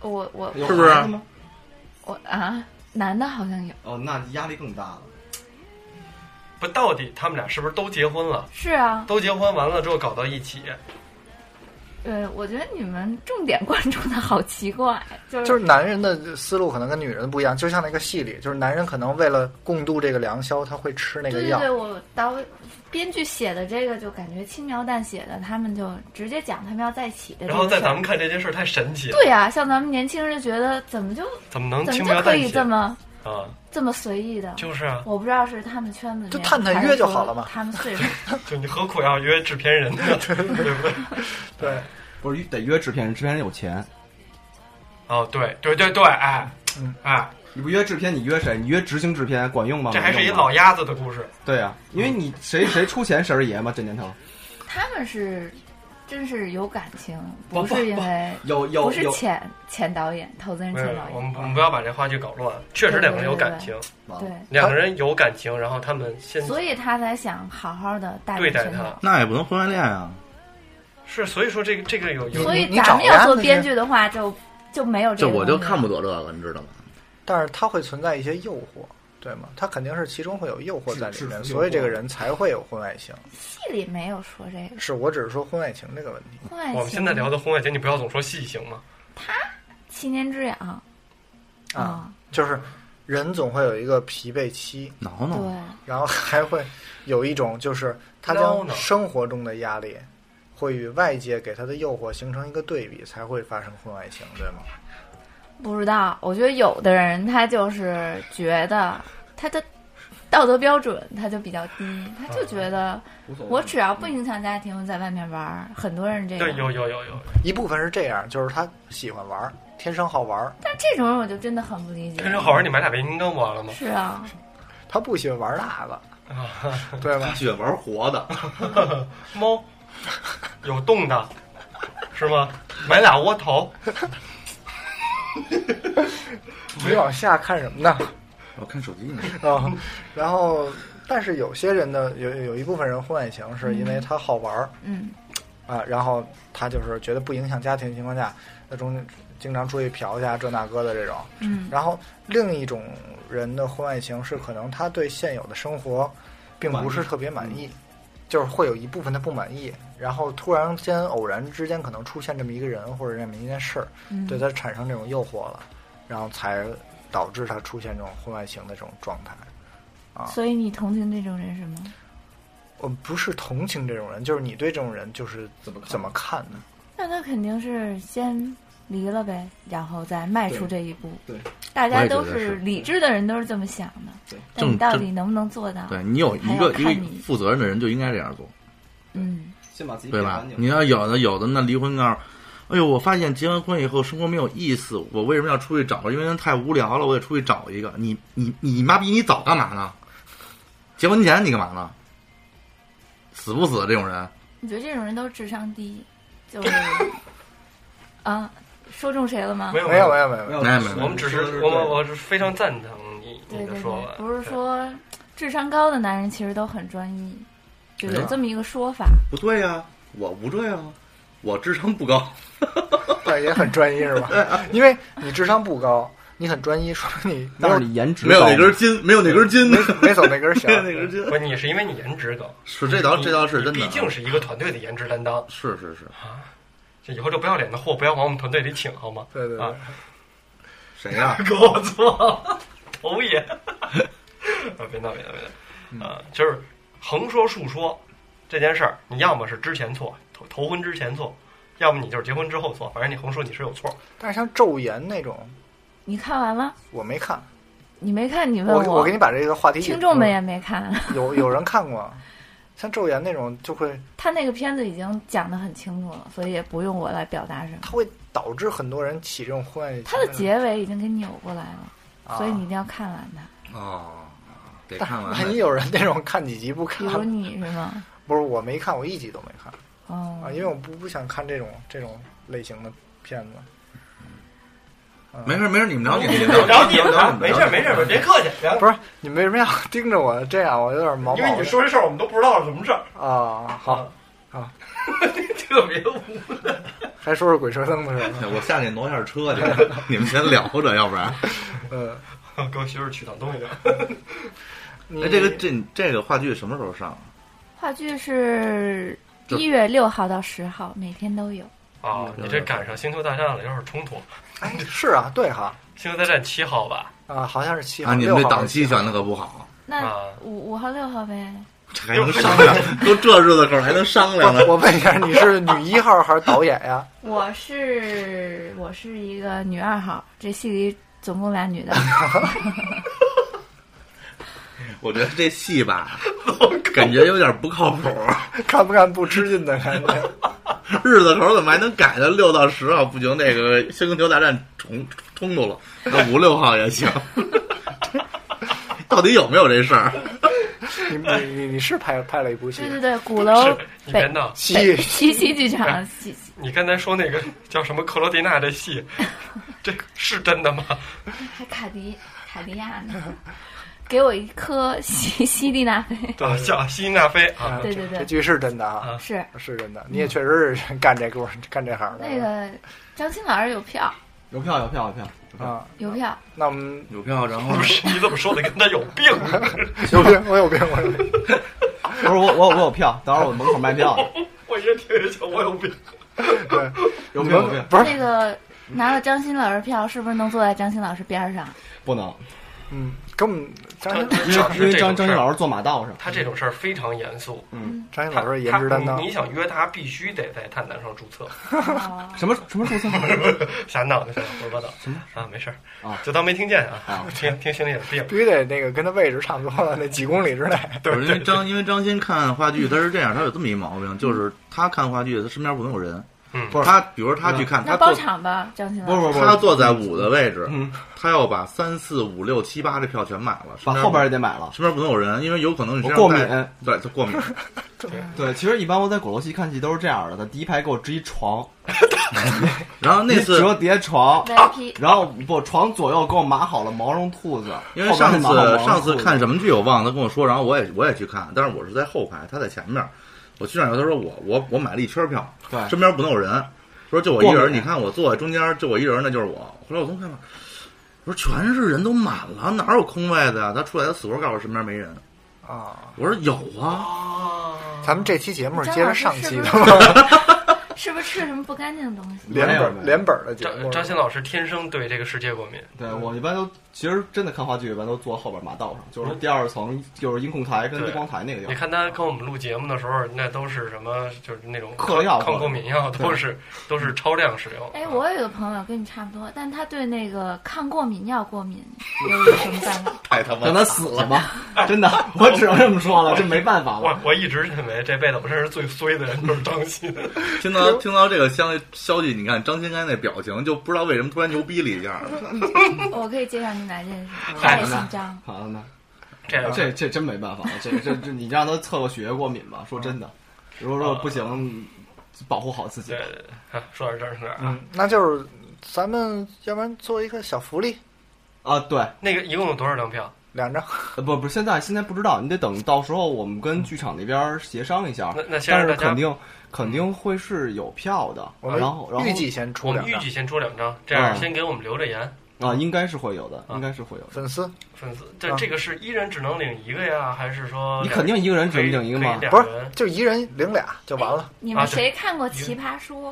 Speaker 6: 我我
Speaker 2: 有
Speaker 7: 是不是
Speaker 2: 孩子吗
Speaker 6: 我啊，男的好像有
Speaker 2: 哦，那压力更大了。
Speaker 5: 不到底他们俩是不是都结婚了？
Speaker 6: 是啊，
Speaker 5: 都结婚完了之后搞到一起，
Speaker 6: 对，呃我觉得你们重点关注的好奇怪，就是
Speaker 1: 就是男人的思路可能跟女人的不一样，就像那个戏里，就是男人可能为了共度这个良宵，他会吃那个
Speaker 6: 对对
Speaker 1: 药
Speaker 6: 对，。我导编剧写的这个就感觉轻描淡写的，他们就直接讲他们要在一起的这个事儿。
Speaker 5: 然后在咱们看这件事儿太神奇了，
Speaker 6: 对呀、像咱们年轻人觉得怎么就
Speaker 5: 怎么能
Speaker 6: 怎
Speaker 5: 轻
Speaker 6: 么
Speaker 5: 描
Speaker 6: 就可
Speaker 5: 淡
Speaker 6: 以
Speaker 5: 写
Speaker 6: 这么
Speaker 5: 啊？
Speaker 6: 这么随意的？
Speaker 5: 就是啊，
Speaker 6: 我不知道是他们圈子里
Speaker 1: 就
Speaker 6: 面
Speaker 1: 探探
Speaker 6: 还是
Speaker 1: 约就
Speaker 6: 说
Speaker 1: 好了嘛
Speaker 6: 他们 岁数
Speaker 5: 就你何苦要约制片人呢？对不对？
Speaker 1: 对，
Speaker 2: 不是得约制片人，制片人有钱。
Speaker 5: 哦，对对对对，哎
Speaker 1: 嗯，
Speaker 5: 哎，
Speaker 2: 你不约制片，你约谁？你约执行制片管用吗？
Speaker 5: 这还是一
Speaker 2: 没用吗
Speaker 5: 老鸭子的故事，
Speaker 2: 对呀、因为你谁谁出钱谁是爷嘛，这年头
Speaker 6: 他们是真是有感情，
Speaker 5: 不
Speaker 6: 不
Speaker 5: 不
Speaker 6: 是因为
Speaker 2: 有
Speaker 6: 不
Speaker 2: 有
Speaker 6: 是
Speaker 2: 有
Speaker 6: 浅浅导演投资人
Speaker 5: 没有
Speaker 6: 浅导，
Speaker 5: 我
Speaker 6: 演，
Speaker 5: 们我们不要把这话剧搞乱。确实两个人有感情，
Speaker 6: 对，
Speaker 5: 两个人有感情，然后他们先
Speaker 6: 所以他才想好好的带
Speaker 5: 对待
Speaker 6: 全
Speaker 5: 他
Speaker 6: 导。
Speaker 7: 那也不能婚外恋啊。
Speaker 5: 是，所以说这个这个有有
Speaker 6: 所以
Speaker 1: 你
Speaker 6: 咱
Speaker 1: 找
Speaker 6: 们要
Speaker 1: 呀
Speaker 6: 做
Speaker 1: 那
Speaker 6: 编
Speaker 1: 些
Speaker 6: 剧的话，就就没有这
Speaker 7: 这
Speaker 6: 个。
Speaker 7: 我就看不。得这个，你知道吗？
Speaker 6: 啊
Speaker 1: 但是他会存在一些诱惑，对吗？他肯定是其中会有诱惑在里
Speaker 2: 是是有
Speaker 1: 面，
Speaker 2: 诱惑
Speaker 1: 所以这个人才会有婚外情。
Speaker 6: 戏里没有说这个
Speaker 1: 是我只是说婚外情这个问题。
Speaker 6: 婚外情。
Speaker 5: 我们现在聊的婚外情，你不要总说戏行吗？
Speaker 6: 七年之痒哦
Speaker 1: 啊，就是人总会有一个疲惫期，
Speaker 7: 挠
Speaker 6: 嗯对，
Speaker 7: 挠，
Speaker 1: 然后还会有一种就是他将
Speaker 5: No, no
Speaker 1: 生活中的压力会与外界给他的诱惑形成一个对比，才会发生婚外情，对吗？
Speaker 6: 不知道。我觉得有的人他就是觉得他的道德标准他就比较低，他就觉得我只要不影响家庭，我在外面玩儿。很多人这
Speaker 5: 对，
Speaker 6: 样，
Speaker 5: 有有有有，
Speaker 1: 一部分是这样，就是他喜欢玩儿，天生好玩儿；
Speaker 6: 但这种人我就真的很不理解
Speaker 5: 天。生好玩，你买俩变形金刚不完了吗？
Speaker 6: 是啊，
Speaker 1: 他不喜欢玩那个，对 吧？
Speaker 7: 喜欢玩活的，
Speaker 5: 猫有洞的，是吗？买俩窝头，
Speaker 1: 你往下看什么呢？
Speaker 7: 我看手机呢。
Speaker 1: 啊，然后，但是有些人呢，有有一部分人婚外情是因为他好玩儿，
Speaker 6: 嗯，
Speaker 1: 啊，然后他就是觉得不影响家庭的情况下，在中间经常出去嫖去啊，这那哥的这种。
Speaker 6: 嗯
Speaker 1: 然后另一种人的婚外情是，可能他对现有的生活并不是特别满意，就是会有一部分他不满意，然后突然间偶然之间可能出现这么一个人或者这么一件事儿，
Speaker 6: 嗯，
Speaker 1: 对他产生这种诱惑了，然后才导致他出现这种婚外情的这种状态。
Speaker 6: 所以你同情这种人是吗？
Speaker 1: 我不是同情这种人，就是你对这种人就是
Speaker 3: 怎么看
Speaker 1: 怎么看呢？
Speaker 6: 那他肯定是先离了呗，然后再迈出这一步。
Speaker 2: 对对
Speaker 6: 大
Speaker 7: 我
Speaker 6: 家
Speaker 7: 也觉
Speaker 6: 都
Speaker 7: 得
Speaker 6: 是
Speaker 7: 是
Speaker 6: 理智的人，都是这么想的。
Speaker 2: 对，
Speaker 6: 那你
Speaker 7: 正
Speaker 6: 到
Speaker 7: 正
Speaker 6: 底能不能做到？
Speaker 7: 对你有
Speaker 6: 还
Speaker 7: 一
Speaker 6: 要
Speaker 7: 个一
Speaker 6: 看
Speaker 7: 个
Speaker 6: 你
Speaker 7: 负责任的人就应该这样做，
Speaker 6: 嗯，
Speaker 2: 先把自己
Speaker 7: 对
Speaker 2: 变
Speaker 7: 吧
Speaker 2: 干？净。
Speaker 7: 你要有的有的那离婚告诉，哎呦，我发现结完婚以后生活没有意思，我为什么要出去找？因为太无聊了，我得出去找一个。你你你妈逼，你早干嘛呢？结婚前你干嘛呢？死不死这种人？
Speaker 6: 你觉得这种人都是智商低，就是 啊，说中谁了吗？
Speaker 5: 没有
Speaker 1: 没有，没有，没有，没
Speaker 2: 没
Speaker 1: 有
Speaker 2: 有，
Speaker 7: 没有没有
Speaker 5: 我们只
Speaker 2: 说
Speaker 5: 是
Speaker 2: 对
Speaker 5: 我们我是非常赞成你
Speaker 6: 对
Speaker 5: 你的
Speaker 6: 对
Speaker 5: 说
Speaker 6: 对
Speaker 5: 法，，
Speaker 6: 不是
Speaker 5: 对
Speaker 6: 说智商高的男人其实都很专一，就有
Speaker 7: 哎
Speaker 6: 这么一个说法。
Speaker 7: 不对呀、我不对啊，我智商不高。
Speaker 1: 对，也很专一是吧？因为你智商不高，你很专一，说明你没
Speaker 2: 但
Speaker 1: 有
Speaker 2: 是你颜值
Speaker 7: 没有那
Speaker 2: 高
Speaker 7: 根筋，没有那根筋，没
Speaker 1: 没走那根弦
Speaker 7: 有
Speaker 1: 儿。
Speaker 7: 那根筋。
Speaker 5: 不，你是因为你颜值高，
Speaker 7: 是这倒
Speaker 5: 你
Speaker 7: 这倒是
Speaker 5: 你
Speaker 7: 真的啊，
Speaker 5: 毕竟是一个团队的颜值担当。
Speaker 7: 是是是，
Speaker 5: 这以后这不要脸的货不要往我们团队里请好吗？
Speaker 1: 对对对
Speaker 5: 啊，
Speaker 7: 谁呀、
Speaker 5: 给我做头爷。啊，别闹别闹
Speaker 1: 嗯
Speaker 5: 别闹，啊，就是横说竖说这件事儿，你要么是之前错，头头婚之前错，要么你就是结婚之后错，反正你横说你是有错。
Speaker 1: 但是像《昼颜》那种，
Speaker 6: 你看完了？
Speaker 1: 我没看，
Speaker 6: 你没看？你问
Speaker 1: 我我给你把这个话题引嗯
Speaker 6: 听众
Speaker 7: 嗯
Speaker 6: 们也没看，
Speaker 1: 有有人看过，像《昼颜》那种就会，
Speaker 6: 他那个片子已经讲得很清楚了，所以也不用我来表达什么。
Speaker 1: 它会导致很多人起这种婚外情。
Speaker 6: 他的结尾已经给扭过来了，
Speaker 1: 啊，
Speaker 6: 所以你一定要看完它。
Speaker 7: 哦，得
Speaker 1: 但
Speaker 7: 看完
Speaker 1: 万
Speaker 7: 了
Speaker 1: 一有人那种看几集不
Speaker 6: 比
Speaker 1: 看，
Speaker 6: 如你是吗？
Speaker 1: 不是我没看，我一集都没看
Speaker 6: 哦，
Speaker 1: 啊，因为我不不想看这种这种类型的片子。嗯
Speaker 7: 没事儿没事儿，你们聊你们聊，
Speaker 5: 然后你
Speaker 7: 们聊
Speaker 5: 啊，没事儿没事儿，别客气。然后
Speaker 1: 不是你为什么要 盯着我这样？我有点毛毛
Speaker 5: 因为你说这事儿，我们都不知道是什么事儿，
Speaker 1: 啊，好，
Speaker 5: 特别无
Speaker 1: 还说说鬼车灯的事儿。
Speaker 7: 我下去挪一下车去， 你们先聊着，要不然，
Speaker 1: 嗯，
Speaker 5: 聊。 给我媳妇儿取趟东西去。
Speaker 1: 你
Speaker 7: 哎，这个这这个话剧什么时候上啊？
Speaker 6: 话剧是
Speaker 7: 这
Speaker 6: 一月六号到十号，每天都有。
Speaker 1: 嗯
Speaker 5: 啊，你这赶上星球大战了，有点冲突。
Speaker 1: 哎是啊，对哈
Speaker 5: 星球大战七号吧？
Speaker 1: 啊，好像是七号。
Speaker 7: 啊，你们
Speaker 1: 六
Speaker 7: 这
Speaker 1: 号
Speaker 7: 档
Speaker 1: 还
Speaker 7: 期
Speaker 1: 是
Speaker 7: 选的可不好，
Speaker 6: 那
Speaker 5: 啊
Speaker 6: 五五号六号呗，
Speaker 7: 这还能商量？ 都这日子口还能商量
Speaker 1: 不是
Speaker 7: 呢？
Speaker 1: 我问一下，你是女一号还是导演呀？
Speaker 6: 我是我是一个女二号，这戏里总共俩女的。
Speaker 7: 我觉得这戏吧，感觉有点不靠谱，
Speaker 1: 看不看不吃劲的感觉。
Speaker 7: 日子口怎么还能改到六到十号？不行，那个《星球大战冲》冲突了，那五六号也行。 到底有没有这事儿？
Speaker 1: 你你你你是拍拍了一部戏
Speaker 6: 对，对哦对，鼓楼
Speaker 5: 是你别
Speaker 6: 北
Speaker 5: 闹，
Speaker 1: 戏
Speaker 6: 西西剧场西
Speaker 5: 你刚才说那个叫什么克罗地娜这戏，这是真的吗？
Speaker 6: 还卡迪卡迪亚呢，给我一颗西西地那非。
Speaker 5: 啊，叫西纳菲啊，
Speaker 6: 对对
Speaker 1: 这
Speaker 6: 对，
Speaker 1: 剧是真的啊，
Speaker 6: 是
Speaker 1: 是真的。你也确实是干这个干这行的。
Speaker 6: 那个张青老师有票，
Speaker 2: 有票有票有票，有票
Speaker 1: 啊，
Speaker 6: 有票。
Speaker 1: 那我们
Speaker 7: 有票，然后
Speaker 5: 不是你怎么说的跟他有病似的？
Speaker 1: 有病，我有病，我有病。
Speaker 2: 啊不是我我我有票，到时候我门口卖 票去，
Speaker 5: 我越听越像我有病。
Speaker 1: 对，
Speaker 2: 有
Speaker 1: 你
Speaker 2: 票有票
Speaker 1: 们，不
Speaker 6: 那
Speaker 1: 是，
Speaker 6: 个拿了张欣老师票，是不是能坐在张欣老师边上？
Speaker 2: 不能，
Speaker 1: 嗯，跟我们张鑫
Speaker 2: 因为因为张嗯张鑫老
Speaker 5: 师，
Speaker 2: 师坐马道上，
Speaker 5: 他这种事儿非常严肃。
Speaker 1: 张鑫
Speaker 5: 他
Speaker 1: 老师颜值担
Speaker 5: 他
Speaker 1: 当
Speaker 5: 你，你想约他，必须得在探探上注 册。
Speaker 6: 哦
Speaker 2: 什么什么注册？
Speaker 5: 瞎闹的，瞎闹，胡说八道。什么啊？没事儿
Speaker 2: 啊
Speaker 5: 就当没听见啊
Speaker 2: 啊。
Speaker 5: 听听心里有病。
Speaker 1: 必须得那个跟他位置差不多了，那几公里之内。
Speaker 7: 不是因为张，因为张鑫看话剧，他是这样，他有这么一毛病，就是他看话剧，他身边不能有人。
Speaker 5: 嗯
Speaker 2: 不是
Speaker 7: 他，比如他去看，
Speaker 6: 那
Speaker 7: 他
Speaker 6: 包
Speaker 7: 坐，
Speaker 6: 场吧，张欣老
Speaker 2: 不是
Speaker 6: 师。
Speaker 2: 不是不
Speaker 7: 他
Speaker 2: 是，
Speaker 7: 坐在五的位置，
Speaker 2: 嗯，
Speaker 7: 他要把三四五六七八这票全买了，身
Speaker 2: 把
Speaker 7: 边
Speaker 2: 后边也得买了。
Speaker 7: 身边不能有人，因为有可能你身
Speaker 2: 我
Speaker 7: 上
Speaker 2: 过敏，
Speaker 7: 带，对，他过敏，
Speaker 2: 对，其实一般我在鼓楼西看戏都是这样的，他第一排给我支一床，
Speaker 7: 然后那
Speaker 2: 一
Speaker 7: 次
Speaker 2: 折叠床，
Speaker 6: VIP
Speaker 2: 然后不床左右给我码好了毛绒兔子，
Speaker 7: 因为
Speaker 2: 后
Speaker 7: 上
Speaker 2: 边还
Speaker 7: 次
Speaker 2: 码好毛绒
Speaker 7: 上次
Speaker 2: 兔子
Speaker 7: 看什么剧我忘了，他跟我说，然后我也我也去看，但是我是在后排，他在前面。我去那儿以后，他说我我我买了一圈票，
Speaker 2: 对
Speaker 7: 身边不能有人，说就我一
Speaker 2: 过
Speaker 7: 人，
Speaker 2: 敏
Speaker 7: 你看我坐在中间，就我一人，那就是我。后来我从看嘛，我说全是人都满了，哪有空位子呀？他出来，他死活告诉我身边没人。
Speaker 1: 啊，
Speaker 7: 我说有啊，
Speaker 1: 咱们这期节目是
Speaker 6: 张
Speaker 1: 接
Speaker 6: 老
Speaker 1: 着
Speaker 6: 师
Speaker 1: 上
Speaker 6: 嗯是
Speaker 1: 期
Speaker 6: 不
Speaker 1: 的
Speaker 6: 是
Speaker 1: 吗？
Speaker 6: 是不是吃了什么不干净的东西？
Speaker 1: 连
Speaker 2: 没有
Speaker 1: 本
Speaker 2: 没有
Speaker 1: 连本儿的节目
Speaker 5: 张，张鑫老师天生对这个世界过敏，
Speaker 2: 对我一般都，其实真的看话剧一般都坐后边马道上，就是第二层就是音控台跟
Speaker 5: 嗯对
Speaker 2: 灯光台那个地
Speaker 5: 你
Speaker 2: 方。
Speaker 5: 看他跟我们录节目的时候，那都是什么，就是那种
Speaker 2: 嗑药
Speaker 5: 抗过敏药，
Speaker 2: 对
Speaker 5: 都是都是超量使用。
Speaker 6: 哎，我有个朋友跟你差不多，但他对那个抗过敏药过敏， 有有什么办法？
Speaker 7: 太他
Speaker 2: 让他死了吧！ 真的，我只能这么说了，这没办法
Speaker 5: 我
Speaker 2: 了。
Speaker 5: 我一直认为这辈子我认识最衰的人就是张 鑫，
Speaker 7: 听到听到这个消消息，你看张新刚才那表情，就不知道为什么突然牛逼了一下。
Speaker 6: 我可以介绍你俩认识，他
Speaker 2: 嗨
Speaker 6: 也姓张。
Speaker 2: 好了呢，
Speaker 5: 这样
Speaker 2: 这这真没办法了，这这这你让他测个血液过敏吧。说真的，如果说不行，保护好自己
Speaker 5: 嗯啊对。对对，啊说到这儿说到这儿啊，
Speaker 1: 嗯，那就是咱们要不然做一个小福利，
Speaker 2: 啊，对，
Speaker 5: 那个一共有多少张票？
Speaker 1: 两张。
Speaker 2: 呃不不，现在现在不知道，你得等到时候我们跟剧场那边协商一下。
Speaker 5: 嗯那那先
Speaker 2: 但
Speaker 5: 让
Speaker 2: 是
Speaker 5: 大家
Speaker 2: 肯定肯定会是有票的，
Speaker 1: 我们
Speaker 2: 然后然后
Speaker 1: 预计先出
Speaker 5: 我们
Speaker 1: 两
Speaker 5: 预
Speaker 1: 张
Speaker 5: 计先出两张，这样
Speaker 2: 嗯
Speaker 5: 先给我们留着言。
Speaker 2: 啊，应该是会有的，
Speaker 5: 啊
Speaker 2: 应该是会有的。
Speaker 1: 粉丝，
Speaker 5: 粉丝，这
Speaker 1: 啊
Speaker 5: 这个是一人只能领一个呀，还是说
Speaker 2: 嗯你肯定一个人
Speaker 5: 两
Speaker 2: 只能
Speaker 5: 人
Speaker 2: 领一个
Speaker 5: 可以
Speaker 2: 吗？
Speaker 5: 两
Speaker 1: 不
Speaker 5: 个
Speaker 1: 是
Speaker 5: 人
Speaker 1: 就一人领俩就完了。
Speaker 6: 你
Speaker 5: 啊
Speaker 6: 们
Speaker 5: 对
Speaker 6: 谁看过《奇葩说》？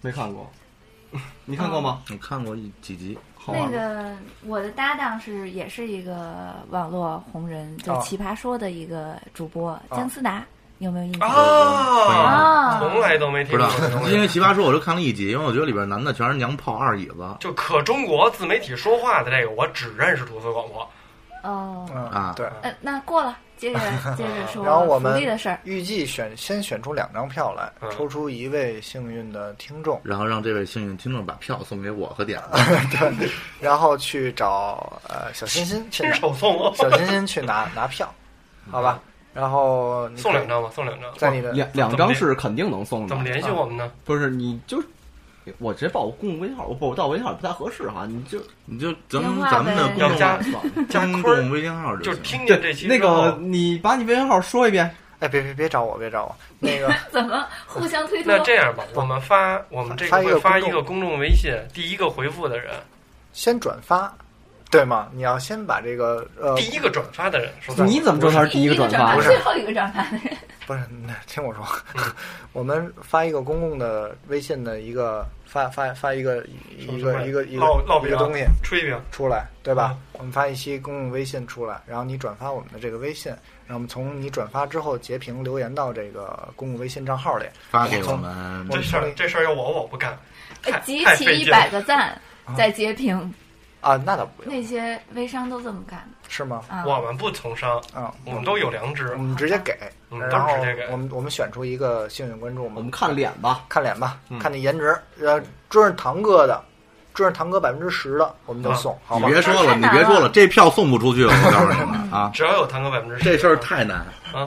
Speaker 2: 没看过， 你看过吗？
Speaker 7: 我看过一几集，
Speaker 2: 好
Speaker 6: 哦那
Speaker 2: 玩吗？
Speaker 6: 个我的搭档是也是一个网络红人，就
Speaker 1: 哦
Speaker 6: 《奇葩说》的一个主播姜思达，有没有印象？
Speaker 5: 啊，
Speaker 6: 啊
Speaker 5: 从来都没
Speaker 7: 不
Speaker 5: 听
Speaker 7: 知
Speaker 5: 过
Speaker 7: 道
Speaker 5: 这东，西
Speaker 7: 因为奇葩说哎我就看了一集，因为我觉得里边男的全是娘炮二椅子
Speaker 5: 就可中国自媒体说话的这个，我只认识吐司广播。哎
Speaker 6: 哦，
Speaker 1: 嗯
Speaker 7: 啊
Speaker 1: 对。
Speaker 6: 呃，那过了，接着接着说
Speaker 1: 然后我
Speaker 6: 福
Speaker 1: 们
Speaker 6: 利的事儿。
Speaker 1: 预计选先选出两张票来
Speaker 5: 嗯，
Speaker 1: 抽出一位幸运的听众，
Speaker 7: 然后让这位幸运听众把票送给我和点子。
Speaker 1: 然后去找呃小欣欣去
Speaker 5: 亲
Speaker 1: 拿，
Speaker 5: 手送我，
Speaker 1: 小欣欣去拿拿票，好吧？然后你
Speaker 5: 嗯送
Speaker 1: 可以
Speaker 5: 两张吧，送两张。
Speaker 1: 在你的
Speaker 2: 两两张是肯定能送
Speaker 5: 怎么
Speaker 2: 的，
Speaker 5: 联系我们呢？
Speaker 2: 不是你就我直接报我公共微信号，我报我到微信号不太合适哈，你就
Speaker 7: 你就咱
Speaker 6: 电
Speaker 7: 们
Speaker 6: 话
Speaker 7: 咱们的
Speaker 6: 呗
Speaker 7: 公
Speaker 5: 要
Speaker 7: 众
Speaker 5: 不加 加
Speaker 7: 公
Speaker 5: 坤
Speaker 7: 众
Speaker 5: 儿，
Speaker 7: 微信号
Speaker 5: 就是
Speaker 7: 行
Speaker 5: 听见这
Speaker 2: 对
Speaker 5: 期
Speaker 2: 那
Speaker 5: 之后
Speaker 2: 个你把你微信号说一遍，
Speaker 1: 哎别别别找我别找我那个
Speaker 6: 怎么互相推脱
Speaker 5: 那？这样吧，我们发我们这个会
Speaker 1: 发
Speaker 5: 发
Speaker 1: 一个公众
Speaker 5: 一个公众微信，第一个回复的人，
Speaker 1: 先转发，对吗？你要先把这个呃
Speaker 5: 第一个转发的人，说吧
Speaker 2: 你怎么知道他是第一个转发
Speaker 1: 不
Speaker 6: 发，
Speaker 1: 是
Speaker 6: 最后一个转发的人。
Speaker 1: 不是，那听我说， 我们发一个公共的微信的一个发发发一个一
Speaker 5: 什么
Speaker 1: 个一个一个
Speaker 5: 烙烙嗯
Speaker 1: 一个
Speaker 5: 饼
Speaker 1: 东西
Speaker 5: 炊饼，
Speaker 1: 出来，对吧？我们发一期公共微信出来，然后你转发我们的这个微信，然后我们从你转发之后截屏留言到这个公共微信账号里，
Speaker 7: 发给我们
Speaker 1: 我
Speaker 5: 这事儿这事儿要我我不干， 太
Speaker 6: 集
Speaker 5: 太
Speaker 6: 齐
Speaker 5: 费
Speaker 6: 一
Speaker 5: 劲
Speaker 6: 百
Speaker 5: 了
Speaker 6: 个赞，再截屏，
Speaker 1: 啊，那倒不用，
Speaker 6: 那些微商都这么干
Speaker 1: 是吗？
Speaker 6: 啊。
Speaker 5: 我们不从商，
Speaker 1: 啊，
Speaker 5: 我们都有良知
Speaker 1: 我，们直接给，
Speaker 5: 嗯
Speaker 1: 然后
Speaker 5: 都是直接给
Speaker 1: 我们我们选出一个幸运观众，我
Speaker 2: 我
Speaker 1: 们
Speaker 2: 们看脸吧。
Speaker 1: 看脸吧，
Speaker 2: 嗯
Speaker 1: 看你颜值，呃，追上堂哥的，追上堂哥百分之十的，我们就
Speaker 5: 啊
Speaker 1: 送，好
Speaker 7: 你
Speaker 1: 吗？
Speaker 7: 别说了，
Speaker 6: 太
Speaker 7: 你
Speaker 6: 难
Speaker 7: 别说
Speaker 6: 了
Speaker 7: 了，这票送不出去，我告诉你们啊，
Speaker 5: 只要有谈个百分之 十，
Speaker 7: 这事儿太难。
Speaker 5: 啊，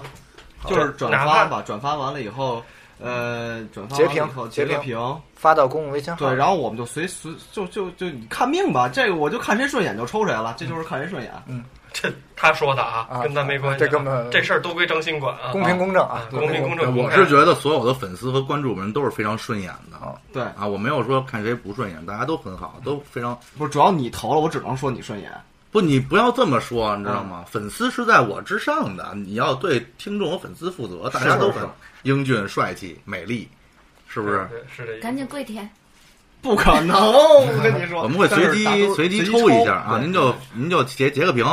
Speaker 2: 就是转
Speaker 5: 哪怕
Speaker 2: 发吧，转发完了以后，呃，转发
Speaker 1: 截
Speaker 2: 完了以
Speaker 1: 屏
Speaker 2: 后
Speaker 1: 截
Speaker 2: 截个
Speaker 1: 屏
Speaker 2: 屏，
Speaker 1: 发到公共微信号，
Speaker 2: 对，然后我们就随随就就就你看命吧，这个我就看谁顺眼就抽谁了，这就是看谁顺眼。
Speaker 5: 这他说的啊
Speaker 1: 啊，
Speaker 5: 跟咱没关系啊，
Speaker 1: 这根本
Speaker 5: 这事儿都归张鑫管啊，
Speaker 1: 公平公正啊
Speaker 5: 啊，公平公正，
Speaker 7: 我是觉得所有的粉丝和关注们都是非常顺眼的
Speaker 2: 对，
Speaker 7: 啊，我没有说看谁不顺眼，大家都很好，都非常
Speaker 2: 不是主要你投了，我只能说你顺眼。
Speaker 7: 不，你不要这么说，你知道吗？粉丝是在我之上的，你要对听众和粉丝负责，大家都很英俊、帅气、美丽，是不是？
Speaker 5: 对是这意思
Speaker 6: 赶紧跪舔，
Speaker 2: 不可能， 我跟你说，
Speaker 7: 我们会随机
Speaker 2: 但是大多
Speaker 7: 随
Speaker 2: 机
Speaker 7: 机抽一下啊，
Speaker 2: 对
Speaker 7: 您就您就截截个屏，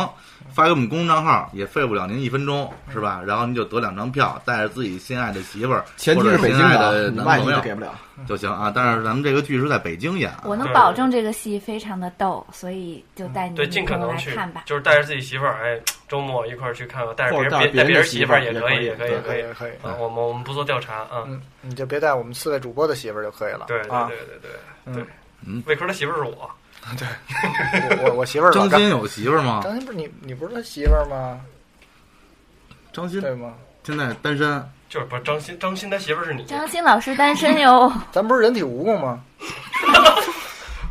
Speaker 7: 发给我们公众账号，也费不了您一分钟，是吧？然后您就得两张票，带着自己心爱的媳妇儿
Speaker 2: 前
Speaker 7: 或
Speaker 2: 提
Speaker 7: 者
Speaker 2: 是北
Speaker 7: 心
Speaker 2: 京
Speaker 7: 爱
Speaker 2: 啊
Speaker 7: 的
Speaker 2: 你
Speaker 7: 男
Speaker 2: 外地
Speaker 7: 朋
Speaker 2: 就
Speaker 7: 友
Speaker 2: 给不了。
Speaker 7: 就行啊。但是咱们这个剧是在北京
Speaker 1: 啊
Speaker 7: 演，
Speaker 6: 我能
Speaker 5: 对
Speaker 6: 保证这个戏非常的逗，所以就
Speaker 1: 嗯
Speaker 6: 带你
Speaker 5: 对，
Speaker 6: 女
Speaker 5: 尽可
Speaker 6: 朋友
Speaker 5: 能
Speaker 6: 来
Speaker 5: 去
Speaker 6: 看吧，。
Speaker 5: 就是带着自己媳妇儿，哎，周末一块儿去看看，带着
Speaker 2: 或
Speaker 5: 别
Speaker 2: 者
Speaker 5: 人
Speaker 2: 带
Speaker 5: 别带
Speaker 2: 别人
Speaker 5: 别人
Speaker 2: 的
Speaker 5: 媳妇儿也
Speaker 2: 媳妇
Speaker 5: 可
Speaker 2: 儿
Speaker 5: 以，
Speaker 2: 也
Speaker 5: 也可以，
Speaker 2: 可
Speaker 5: 也可
Speaker 2: 以
Speaker 5: 以。
Speaker 1: 可以。
Speaker 5: 啊，我们我们不做调查啊。
Speaker 1: 嗯，你就别带我们四位主播的媳妇儿就可以了。
Speaker 5: 对对
Speaker 1: 啊，
Speaker 5: 对对
Speaker 1: 嗯
Speaker 5: 对
Speaker 7: 嗯
Speaker 5: 对，魏坤他媳妇儿是我，
Speaker 1: 我我我媳妇儿老
Speaker 7: 张
Speaker 1: 张
Speaker 7: 欣，有媳妇儿吗？
Speaker 1: 张鑫不是你你不是他媳妇儿吗？
Speaker 7: 张欣
Speaker 1: 对吗？
Speaker 7: 现在单身，
Speaker 5: 就是不是张欣，张欣他媳妇儿是你，
Speaker 6: 张欣老师单身哟，
Speaker 1: 咱不是人体蜈蚣吗？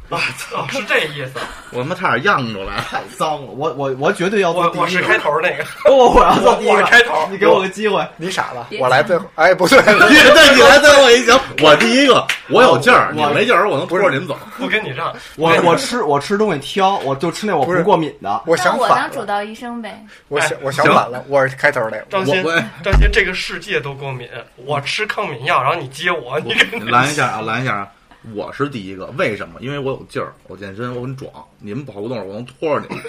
Speaker 5: 我啊操，是这意思。
Speaker 7: 我他妈差点漾住来。
Speaker 2: 太脏了，我我我绝对要做
Speaker 5: 我
Speaker 2: 第一个。
Speaker 5: 我是 开头那个，
Speaker 2: 不，我要做第一
Speaker 5: 我
Speaker 2: 个
Speaker 5: 是开头
Speaker 2: 你给我个机会。
Speaker 1: 你傻了
Speaker 6: 别，
Speaker 1: 我来最后，哎，不对，
Speaker 7: 你对你来对我一行，我第一个，我有劲儿，
Speaker 2: 我
Speaker 7: 你们没劲儿，我能拖着你们走。
Speaker 5: 不跟你让。
Speaker 2: 我我吃我吃东西挑，我就吃那我
Speaker 1: 不是
Speaker 2: 不过敏 的。
Speaker 1: 我
Speaker 6: 那
Speaker 1: 想
Speaker 6: 我
Speaker 1: 反
Speaker 6: 当主
Speaker 1: 了，
Speaker 6: 刀医生呗，
Speaker 1: 我想我想
Speaker 7: 行
Speaker 1: 反了，我是开头那个，
Speaker 5: 张鑫
Speaker 7: 我我，
Speaker 5: 张鑫，这个世界都过敏，我吃抗敏药，然后你接我，你跟
Speaker 7: 我拦一下啊，拦一下啊！我是第一个，为什么？因为我有劲儿，我健身，我很壮。你们跑不动，我能拖着你们。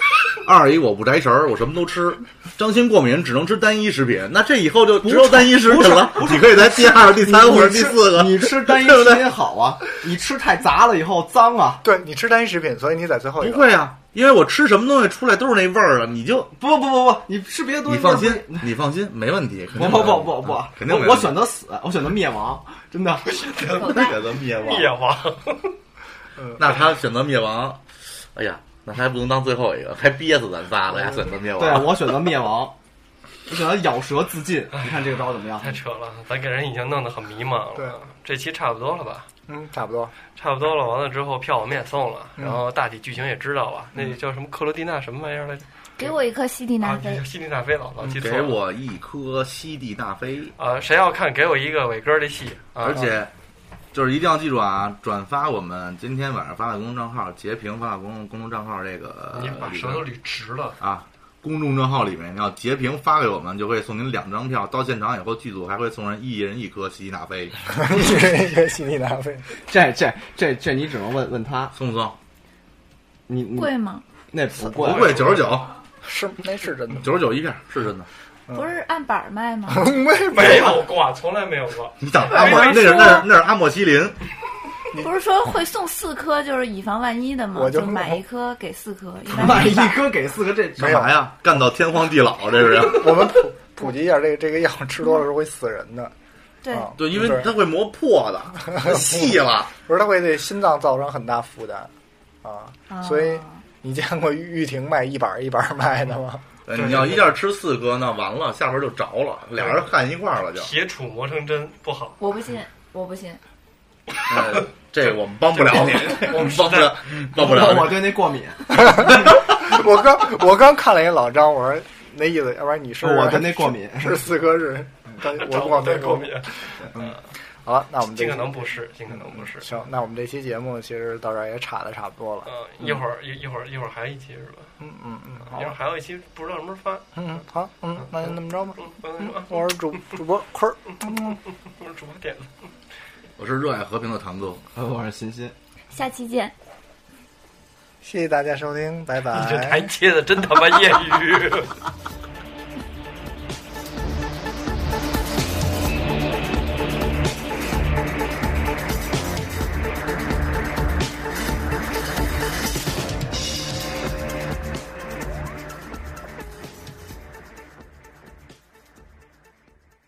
Speaker 7: 二一个我不宅食儿，我什么都吃。张鑫过敏只能吃单一食品，那这以后就只有单一食品了。你可以在第二、第三或者第四个。
Speaker 2: 你吃单一
Speaker 7: 对不
Speaker 2: 食
Speaker 7: 对？
Speaker 2: 品好啊，你吃太杂了以后脏啊。
Speaker 1: 对你吃单一食品，所以你在最后一
Speaker 7: 不
Speaker 1: 个，
Speaker 7: 会啊，因为我吃什么东西出来都是那味儿啊。你就
Speaker 2: 不不不不，你吃别的东
Speaker 7: 你
Speaker 2: 西
Speaker 7: 放心
Speaker 2: 那不是，
Speaker 7: 你放心，没问题。肯
Speaker 2: 不
Speaker 7: 定
Speaker 2: 不
Speaker 7: 没问
Speaker 2: 不
Speaker 7: 题
Speaker 2: 不不，
Speaker 7: 啊肯定没
Speaker 2: 我我
Speaker 7: 问题
Speaker 2: 选择死，我选择灭亡，真 的。
Speaker 7: 选择灭亡
Speaker 5: 灭亡。
Speaker 7: 那他选择灭亡，哎呀，那还不能当最后一个，还憋死咱仨了呀！选择灭亡，
Speaker 2: 对我选择灭亡，我选择咬舌自尽。你看这个招怎么样？
Speaker 7: 哎
Speaker 5: 太扯了，咱给人已经弄得很迷茫
Speaker 1: 对
Speaker 5: 了。这期差不多了吧？
Speaker 1: 嗯，差不多，
Speaker 5: 差不多了，完了之后票我们也送了，
Speaker 1: 嗯
Speaker 5: 然后大体剧情也知道了。那叫什么克罗地娜什么玩意儿来着？
Speaker 6: 给我一颗西地那
Speaker 5: 啊，
Speaker 6: 非。
Speaker 5: 西地那非老老记错
Speaker 7: 嗯给
Speaker 5: 了。
Speaker 7: 我一颗西地那非，
Speaker 5: 啊，谁要看给我一个伟哥的戏啊！
Speaker 7: 而且就是一定要记住啊，转发我们今天晚上发的公众账号，截屏发的公众公众账号这个
Speaker 5: 你把
Speaker 7: 里
Speaker 5: 舌
Speaker 7: 边
Speaker 5: 头捋直了，
Speaker 7: 啊。公众账号里面，你要截屏发给我们，就会送您两张票。到现场以后，剧组还会送人一人一颗西地那 非，
Speaker 1: 一人一个西地那啊非，
Speaker 2: 这这这这你只能问问他，
Speaker 7: 送不送？
Speaker 2: 你你
Speaker 6: 贵吗？
Speaker 2: 那不
Speaker 7: 不
Speaker 2: 贵，
Speaker 7: 贵，九十九，
Speaker 1: 是那是真的，
Speaker 7: 九十九一片，是真的。
Speaker 1: 嗯
Speaker 6: 不是按板儿卖吗？
Speaker 1: 没
Speaker 5: 没有过，从来没有过。
Speaker 7: 你想，阿莫那是那是那是阿莫西林，
Speaker 6: 不是说会送四颗，就是以防万一的吗？
Speaker 1: 嗯我就
Speaker 6: 买一颗给四颗，一般
Speaker 2: 买
Speaker 6: 是
Speaker 2: 一
Speaker 6: 吧
Speaker 2: 颗给四个，这
Speaker 7: 干嘛呀？干到天荒地老，这 是。
Speaker 1: 我们普普及一下这个这个药，吃多了是会死人的。
Speaker 6: 对，
Speaker 1: 啊
Speaker 7: 对，因为它会磨破的， 它细了。
Speaker 1: 不是它会对心脏造成很大负担啊，
Speaker 6: 啊
Speaker 1: 所以你见过玉婷卖一板儿一板儿卖的吗？
Speaker 7: 呃你要一下吃四颗，那完了，下边就着了，俩人焊一块儿了就。
Speaker 5: 铁杵磨成针不好，
Speaker 6: 我不信，我不信。
Speaker 7: 呃这我们帮不了你，我们帮不了，帮不了
Speaker 2: 我
Speaker 7: 你。
Speaker 2: 对那过敏，
Speaker 1: 我刚我刚看了一老张，我说那意思，要不然你是
Speaker 2: 我对那过敏。
Speaker 1: 是四颗是，但我
Speaker 5: 嗯找
Speaker 1: 我
Speaker 5: 对
Speaker 1: 没
Speaker 5: 过敏，
Speaker 1: 好了，那我们这
Speaker 5: 尽可
Speaker 1: 期
Speaker 5: 能不是，尽可能不是。
Speaker 1: 行，那我们这期节目其实到这儿也差的差不多了。
Speaker 5: 嗯，一会儿一一会儿一会儿还一期是吧？
Speaker 1: 嗯嗯嗯，好
Speaker 5: 一会儿还有一期不知道什么时候发。
Speaker 1: 嗯好嗯，那就那么着吧。
Speaker 5: 嗯，刚才说啊，
Speaker 1: 我是主主播坤儿，
Speaker 5: 我是主播点子。
Speaker 7: 我是热爱和平的堂哥。
Speaker 2: 呃我是欣欣。
Speaker 6: 下期见。
Speaker 1: 谢谢大家收听，拜
Speaker 5: 你这
Speaker 1: 拜
Speaker 5: 台。切的真他妈业余。